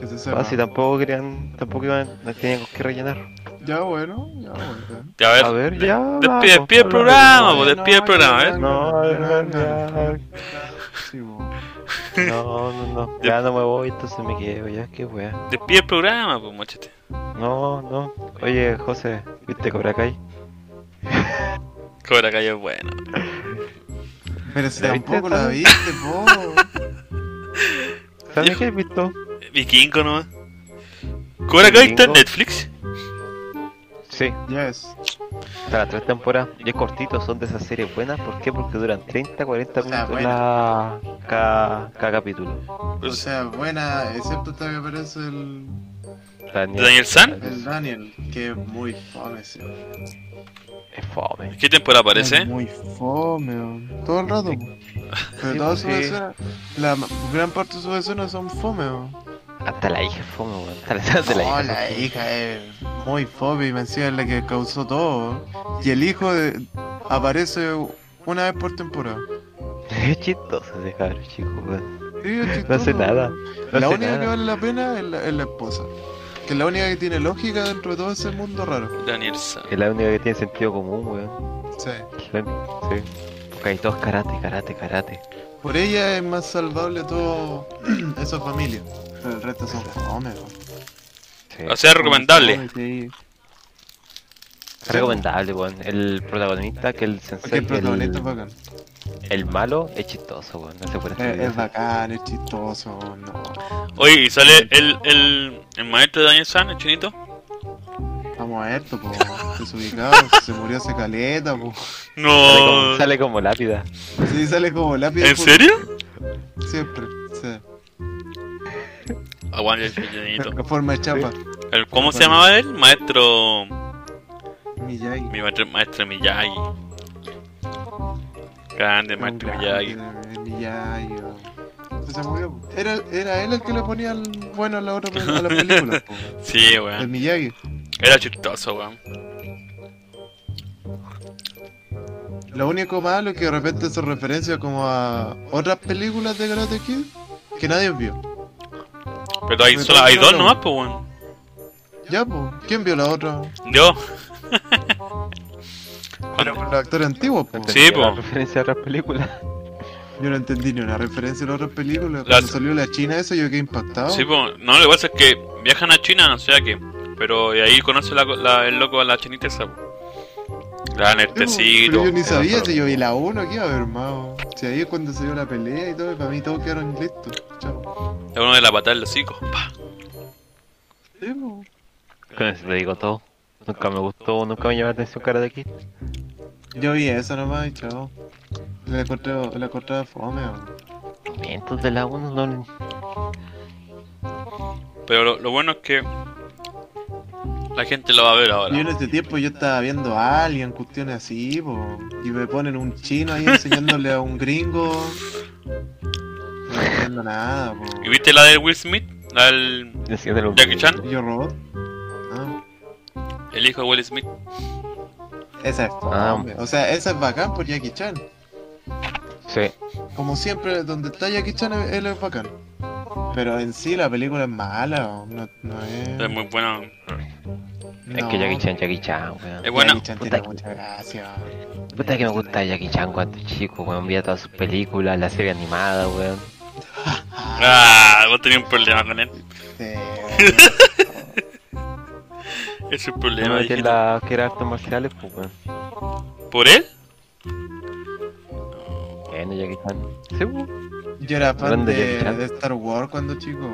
Speaker 3: Que se sepa.
Speaker 2: No, si tampoco querían. tampoco iban. no tenían con qué rellenar.
Speaker 3: Ya bueno, ya bueno.
Speaker 1: Ya, a ver.
Speaker 2: A ver,
Speaker 1: de-
Speaker 2: ya.
Speaker 1: Despide,
Speaker 2: vamos,
Speaker 1: despide el
Speaker 2: hablamos.
Speaker 1: programa,
Speaker 3: no,
Speaker 1: pues, despide el
Speaker 3: no,
Speaker 1: programa,
Speaker 3: no,
Speaker 1: ¿eh?
Speaker 2: No, no, no,
Speaker 3: Sí, po.
Speaker 2: no, no, ya no me voy, entonces me quedo, ya, qué wea.
Speaker 1: Despide el programa, pues, machete.
Speaker 2: No, no, oye, José, ¿viste Cobra Kai?
Speaker 1: Cobra Kai es bueno.
Speaker 3: Pero si
Speaker 2: ¿La viste
Speaker 3: tampoco la
Speaker 2: esta?
Speaker 3: viste, po.
Speaker 2: ¿Sabes qué has visto?
Speaker 1: Vikingo nomás. Cobra Kai está en
Speaker 2: Vikingo.
Speaker 1: Netflix.
Speaker 2: Sí,
Speaker 3: Yes.
Speaker 2: hasta las tres temporadas, y es cortito, son de esas series buenas, ¿por qué? Porque duran 30, 40
Speaker 3: O sea,
Speaker 2: minutos la... cada, cada capítulo.
Speaker 1: Pues
Speaker 3: O sea, buena, excepto esta que aparece el,
Speaker 1: ¿De Daniel San?
Speaker 3: el Daniel, que es muy fome, sí.
Speaker 2: Es fome.
Speaker 1: ¿Qué temporada aparece?
Speaker 3: Es muy fome, weón. todo el rato. weón. Pero
Speaker 2: Sí,
Speaker 3: todas sus
Speaker 2: sí.
Speaker 3: escenas, la ma- gran parte de sus escenas son fome. weón.
Speaker 2: Hasta la hija es fome, weón. Hasta la escena de la
Speaker 3: No,
Speaker 2: hija.
Speaker 3: la hija es muy fome y me encima es la que causó todo. Y el hijo de- aparece una vez por temporada.
Speaker 2: [laughs] Es chistoso ese cabrón, chico, weón. [laughs]
Speaker 3: Sí, es
Speaker 2: No hace
Speaker 3: chistoso.
Speaker 2: nada. No
Speaker 3: la
Speaker 2: hace
Speaker 3: única que
Speaker 2: nada.
Speaker 3: vale la pena es la, es la esposa. Que es la única que tiene lógica dentro de todo ese mundo raro.
Speaker 1: Daniel San.
Speaker 2: Es la única que tiene sentido común, weón.
Speaker 3: Sí.
Speaker 2: Claro, sí. Porque hay dos karate, karate, karate.
Speaker 3: Por ella es más salvable todo [clears throat] esa familia. Pero el resto son fome. weón.
Speaker 2: Sí.
Speaker 1: O sea, [laughs] recomendable.
Speaker 3: Son fome, sí.
Speaker 2: Es recomendable, weón. El protagonista, que el sensei,
Speaker 3: Porque el protagonista es
Speaker 2: el,
Speaker 3: bacán.
Speaker 2: el malo, es chistoso, weón. No se puede
Speaker 3: Es,
Speaker 2: estudiar.
Speaker 3: es bacán, es chistoso. No.
Speaker 1: Oye, ¿y sale el, el, el maestro de Daniel San, el chinito?
Speaker 3: Estamos a esto, po. Desubicado,
Speaker 2: [laughs]
Speaker 3: se murió hace caleta, po.
Speaker 2: Sale como,
Speaker 1: No.
Speaker 2: sale como lápida.
Speaker 3: Sí, sale como lápiz.
Speaker 1: ¿En
Speaker 3: po.
Speaker 1: serio?
Speaker 3: Siempre, sí.
Speaker 1: Aguante el chinito.
Speaker 3: En forma de chapa.
Speaker 1: El- ¿Cómo se llamaba él? Maestro.
Speaker 3: Miyagi.
Speaker 1: Mi maestro, maestro Miyagi. Grande maestro
Speaker 3: Un
Speaker 1: Miyagi.
Speaker 3: grande, eh, Miyagi, oh. Se murió, po. Era, era él el que le ponía el bueno a la otra pe- a la película,
Speaker 1: [laughs]
Speaker 3: po.
Speaker 1: Sí,
Speaker 3: El
Speaker 1: weón.
Speaker 3: Miyagi.
Speaker 1: Era chistoso, weón.
Speaker 3: Lo único malo es que de repente hace referencia como a otras películas de Karate Kid que nadie vio.
Speaker 1: Pero hay,
Speaker 3: Me
Speaker 1: solo, hay dos
Speaker 3: pasaron.
Speaker 1: nomás, pues, weón.
Speaker 3: Ya, po. ¿Quién vio la otra?
Speaker 1: Yo.
Speaker 3: Pero los actores antiguos, po.
Speaker 1: Sí,
Speaker 2: po.
Speaker 1: po.
Speaker 2: referencia a otras películas.
Speaker 3: Yo no entendí ni una referencia a las otras películas.
Speaker 1: Las-
Speaker 3: Cuando salió la China, eso yo quedé impactado.
Speaker 1: Sí, pues, no, lo que pasa es que viajan a China, no sé a qué. Pero de ahí conoce la, la- el loco a la chinita esa. po. La
Speaker 3: Sí, pero
Speaker 1: Nertecito.
Speaker 3: yo ni
Speaker 2: Era
Speaker 3: sabía
Speaker 2: otro.
Speaker 3: si yo vi la 1 que iba a haber más. Si ahí es cuando se dio la pelea y todo, y para mí todos quedaron listos. Chao.
Speaker 1: Es uno de la patada del hocico. Pa.
Speaker 3: Sí, po.
Speaker 2: [laughs] Con eso le digo todo. Nunca me gustó, nunca me llamó la atención Karate Kid.
Speaker 3: Yo vi eso nomás y chao. La encontré, la encontré fome, weón.
Speaker 2: Momentos de la 1 no.
Speaker 1: Pero lo, lo bueno es que la gente lo va a ver
Speaker 3: Yo
Speaker 1: ahora.
Speaker 3: en este tiempo yo estaba viendo a alguien, cuestiones así, po, y me ponen un chino ahí enseñándole a un gringo. No entiendo nada, po.
Speaker 1: ¿Y viste la de Will Smith? La del
Speaker 2: Decía de los
Speaker 1: Jackie Chan.
Speaker 3: ¿Y Yo robot. Ah,
Speaker 1: el hijo de Will Smith.
Speaker 3: esa
Speaker 2: Ah,
Speaker 3: es fome. O sea, esa es bacán por Jackie Chan.
Speaker 2: Sí.
Speaker 3: Como siempre, donde está Jackie Chan, él es bacán. Pero en sí la película es mala, po, no, no es.
Speaker 1: Es muy buena.
Speaker 2: Es
Speaker 3: no.
Speaker 2: que Jackie Chan, Jackie Chan, weón.
Speaker 1: Es buena.
Speaker 3: Jackie Chan
Speaker 2: Puta
Speaker 3: tiene
Speaker 2: que-
Speaker 3: mucha gracia.
Speaker 2: Puta que me gusta Jackie Chan cuando chico, weón. Veía todas sus películas, la serie animada, weón.
Speaker 1: Ah, vos tenías un problema con él. [laughs]
Speaker 3: Sí.
Speaker 1: Es un
Speaker 2: No
Speaker 1: problema.
Speaker 2: me metí en
Speaker 1: dijiste.
Speaker 2: las que era artes marciales, pues, weón.
Speaker 1: ¿Por él?
Speaker 2: Bueno, Jackie Chan. Sí, weón.
Speaker 3: Yo era fan
Speaker 2: Grande
Speaker 3: de,
Speaker 2: Jackie Chan.
Speaker 3: de Star Wars cuando chico.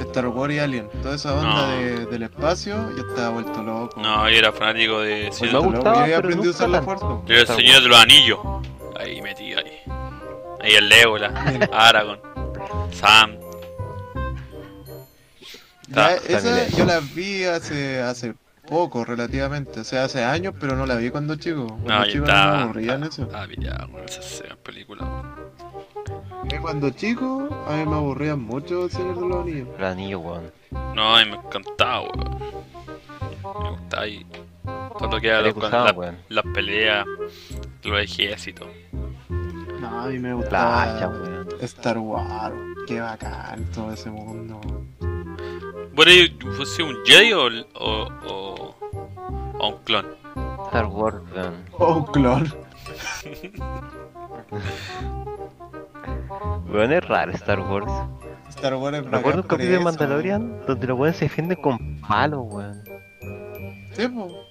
Speaker 3: Star Wars y Alien. Toda esa onda
Speaker 1: No.
Speaker 3: de- del espacio, yo estaba vuelto loco.
Speaker 1: No, yo era fanático de. sí,
Speaker 2: Me
Speaker 3: Vuelto
Speaker 1: yo
Speaker 3: loco.
Speaker 2: gustaba,
Speaker 3: Yo ya
Speaker 2: pero
Speaker 3: aprendí a
Speaker 2: nunca
Speaker 3: usar la
Speaker 2: tanto.
Speaker 3: fuerza.
Speaker 1: era el
Speaker 2: Star
Speaker 1: señor de los anillos. Ahí metido ahí. Ahí el Legolas, [laughs] Aragorn, Sam.
Speaker 3: Ya,
Speaker 1: Ah,
Speaker 3: esa
Speaker 2: también
Speaker 3: yo la vi hace, hace poco, relativamente. O sea, hace años, pero no la vi cuando chico. Cuando
Speaker 1: No, yo
Speaker 3: chico no me
Speaker 1: estaba.
Speaker 3: aburrían eso.
Speaker 1: Ah, ya, con esas eh, películas.
Speaker 3: Eh, Cuando chico, a mí me aburrían mucho el Señor de los Anillos.
Speaker 2: El anillo, weón.
Speaker 1: No, y me encantaba, weón. Me gustaba y todo lo que era
Speaker 2: Le
Speaker 1: lo- con
Speaker 2: gustaba,
Speaker 1: la-
Speaker 2: weón.
Speaker 1: las peleas, los ejércitos.
Speaker 3: No, a mí me
Speaker 2: Playa,
Speaker 3: gustaba
Speaker 2: weón.
Speaker 3: Star Wars. Qué bacán todo ese mundo.
Speaker 1: Bueno, ¿y ¿fuese un Jedi o, o, o, o un clon?
Speaker 2: Star Wars, weón.
Speaker 3: Oh, un clon.
Speaker 2: Weón, es raro Star Wars.
Speaker 3: Star Wars es bacán
Speaker 2: Recuerdo un
Speaker 3: por
Speaker 2: capítulo de
Speaker 3: eso.
Speaker 2: Mandalorian donde los weones se defienden con palos, weón.
Speaker 3: Sí, po.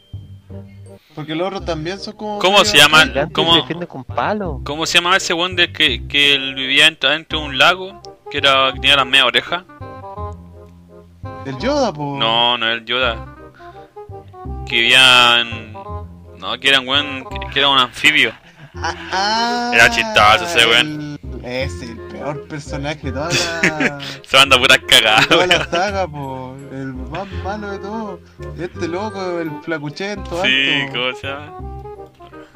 Speaker 3: Porque los otros también son como.
Speaker 1: ¿Cómo
Speaker 3: medio-
Speaker 1: se llama?
Speaker 2: Gigantes
Speaker 1: ¿Cómo?
Speaker 2: se defienden con palos.
Speaker 1: ¿Cómo se llamaba ese weón de que, que él vivía dentro, dentro de un lago? Que era que tenía la media oreja.
Speaker 3: El Yoda, po.
Speaker 1: No, no era el Yoda. Que vivía en... No, que era un weón, que, que era un anfibio.
Speaker 3: Ah, ah,
Speaker 1: Era chistoso ese
Speaker 3: el- Es el peor personaje de
Speaker 1: [laughs]
Speaker 3: toda la.
Speaker 1: Se manda puras cagadas,
Speaker 3: toda
Speaker 1: Ah, weón.
Speaker 3: la saga, po. El más malo de todo. Este loco, el flacuchento.
Speaker 1: Sí,
Speaker 3: alto.
Speaker 1: ¿cómo se llama?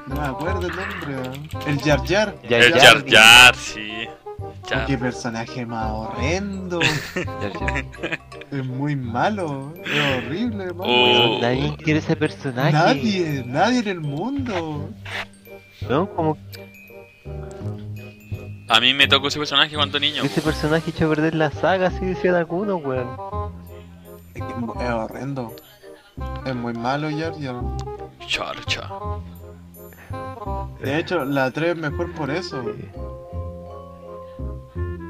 Speaker 3: No me acuerdo el nombre. weón. El Jar Jar.
Speaker 2: Jar
Speaker 1: El Jar Jar, sí.
Speaker 3: Oh,
Speaker 1: Jar.
Speaker 3: Qué personaje más horrendo.
Speaker 2: Ya, ya.
Speaker 3: es muy malo. Es horrible, hermano.
Speaker 1: Oh.
Speaker 2: Weón, Nadie quiere ese personaje.
Speaker 3: Nadie, nadie en el mundo.
Speaker 2: ¿No? Como
Speaker 1: A mí me tocó ese personaje cuando niño.
Speaker 2: ese
Speaker 1: weón.
Speaker 2: personaje echó a perder la saga, así decían algunos, weón.
Speaker 3: Es que es es horrendo. Es muy malo Jar Jar.
Speaker 1: Charcha.
Speaker 3: De hecho, la 3 es mejor Eh. por eso.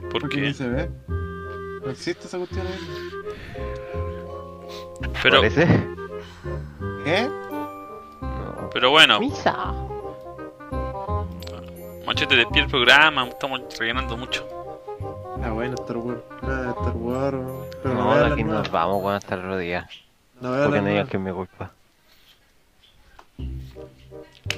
Speaker 1: ¿Por
Speaker 3: porque
Speaker 1: qué?
Speaker 3: ni se ve. No existe esa cuestión ahí.
Speaker 1: Pero, [laughs]
Speaker 2: Parece.
Speaker 3: ¿Qué?
Speaker 2: No.
Speaker 1: pero bueno,
Speaker 2: Misa.
Speaker 1: machete de pie el programa, estamos rellenando mucho.
Speaker 3: Ah, bueno, Star Wars. Nada, Star Wars. weón. Pero
Speaker 2: No,
Speaker 3: voy a
Speaker 2: de
Speaker 3: la
Speaker 2: aquí nos
Speaker 3: nueva.
Speaker 2: vamos, weón, hasta el otro día.
Speaker 3: No veo
Speaker 2: Porque
Speaker 3: la
Speaker 2: no
Speaker 3: nueva.
Speaker 2: digan que es mi culpa.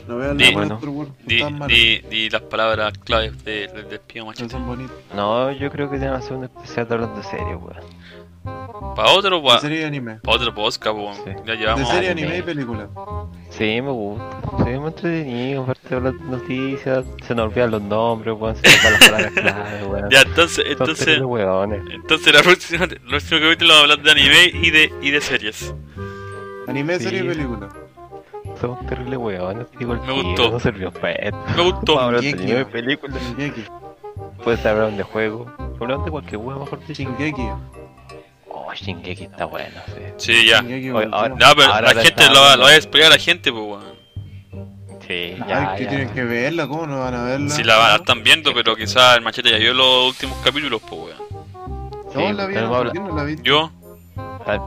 Speaker 3: No veo la
Speaker 1: Di-
Speaker 3: nueva
Speaker 2: bueno.
Speaker 3: Star Wars.
Speaker 1: Di,
Speaker 3: Están malas.
Speaker 1: di, di las palabras claves de- del despido,
Speaker 3: No
Speaker 1: machete.
Speaker 3: son bonitas.
Speaker 2: No, yo creo que tenemos que hacer un especial de hablando serio, weón.
Speaker 1: ¿Para otro,
Speaker 3: De
Speaker 1: pa,
Speaker 3: serie y anime.
Speaker 1: pa otro podcast, po,
Speaker 2: Sí.
Speaker 1: ya
Speaker 3: De
Speaker 1: llevamos.
Speaker 3: serie,
Speaker 2: anime.
Speaker 3: anime y película.
Speaker 2: Sí, me gusta. Sí, me entretenido, aparte de hablar de noticias. Se nos olvidan los nombres, weón. Se nos van
Speaker 1: [laughs]
Speaker 2: las palabras clave, weón.
Speaker 1: Ya, entonces,
Speaker 2: Son
Speaker 1: entonces,
Speaker 2: terribles weones.
Speaker 1: entonces la [laughs] próxima, el próximo capítulo vamos a hablar de anime y de, y de series.
Speaker 3: Anime,
Speaker 2: Sí.
Speaker 3: serie y película.
Speaker 2: Son terribles weones. Digo, el
Speaker 1: Me
Speaker 2: tío,
Speaker 1: gustó.
Speaker 2: No pues. sirvió para esto.
Speaker 1: Me gustó.
Speaker 2: Hablar de
Speaker 3: Shingeki.
Speaker 2: anime, de películas.
Speaker 3: Shingeki.
Speaker 2: Puedes hablar de juego. Hablar de cualquier weón, mejor dicho.
Speaker 3: Shingeki.
Speaker 2: Oh, Shingeki está bueno, sí.
Speaker 1: Sí, ya.
Speaker 3: Shingeki.
Speaker 2: Oye, ahora-
Speaker 1: No, pero
Speaker 2: Ahora
Speaker 1: la
Speaker 2: lo
Speaker 1: gente lo,
Speaker 2: estamos
Speaker 1: va- lo va a
Speaker 2: viendo.
Speaker 1: explicar a la gente, pues, weón.
Speaker 2: Sí, ya,
Speaker 3: Ay, que
Speaker 2: ya.
Speaker 3: tienen que verla, ¿cómo no van a verla?
Speaker 1: Si la, la están viendo, pero quizás el machete ya vio los últimos capítulos, pues, weón.
Speaker 3: No, la vi,
Speaker 2: pero
Speaker 3: no,
Speaker 2: habla-
Speaker 3: ¿por qué no la vi.
Speaker 1: Yo
Speaker 2: Ah,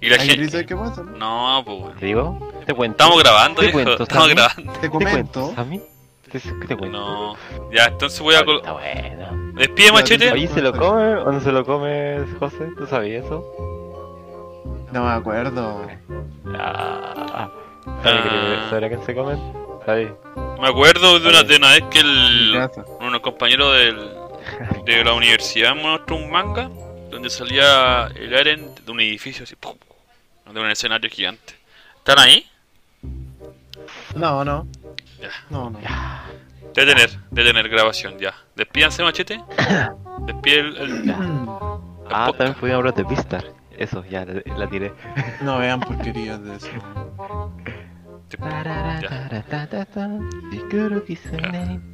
Speaker 1: y la
Speaker 3: Ay, Chris,
Speaker 1: gente.
Speaker 3: ¿sabes qué pasa? no?
Speaker 1: No, pues, weón.
Speaker 2: ¿Te digo? ¿Te cuento?
Speaker 1: Estamos grabando,
Speaker 2: ¿Te
Speaker 1: hijo.
Speaker 2: cuento
Speaker 1: Estamos
Speaker 2: pues, también?
Speaker 1: grabando.
Speaker 3: Te
Speaker 2: ¿Te
Speaker 3: comento.
Speaker 2: cuento? Ah. ¿A mí? ¿Te, te cuento?
Speaker 1: No. Ya, entonces voy a. col-
Speaker 2: Está bueno.
Speaker 1: Despide, machete.
Speaker 2: Oye, ¿se
Speaker 3: Ah,
Speaker 2: lo come o no se lo come, José? ¿Tú sabías eso?
Speaker 3: No me acuerdo.
Speaker 2: Ah. ¿Sabes qué que se comen? ¿Sabes?
Speaker 1: Me acuerdo de una, de una vez que
Speaker 4: Mi
Speaker 1: el,
Speaker 4: casa.
Speaker 1: unos compañeros
Speaker 4: [laughs]
Speaker 1: del, de la universidad me mostró un manga donde salía el Eren de un edificio así, ¡pum! de un escenario gigante. ¿Están ahí?
Speaker 4: No, no.
Speaker 1: Ya.
Speaker 4: No, no.
Speaker 1: Detener, detener grabación, ya.
Speaker 4: [coughs]
Speaker 1: Despídanse, machete. Despide el. el- el
Speaker 2: Ah,
Speaker 1: podcast.
Speaker 2: también fui a hablar de Vistar. Eso, ya la, la tiré.
Speaker 4: No vean porquerías de eso.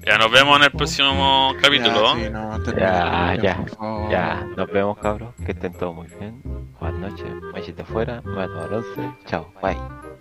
Speaker 1: Ya nos vemos en el próximo capítulo.
Speaker 4: Ya,
Speaker 1: ¿eh?
Speaker 4: sí, no,
Speaker 2: Ya,
Speaker 4: termina,
Speaker 2: ya,
Speaker 4: por favor.
Speaker 2: Ya, nos vemos, cabros. Que estén todos muy bien. Buenas noches. Machete afuera. Me voy a tomar once. Chao, bye.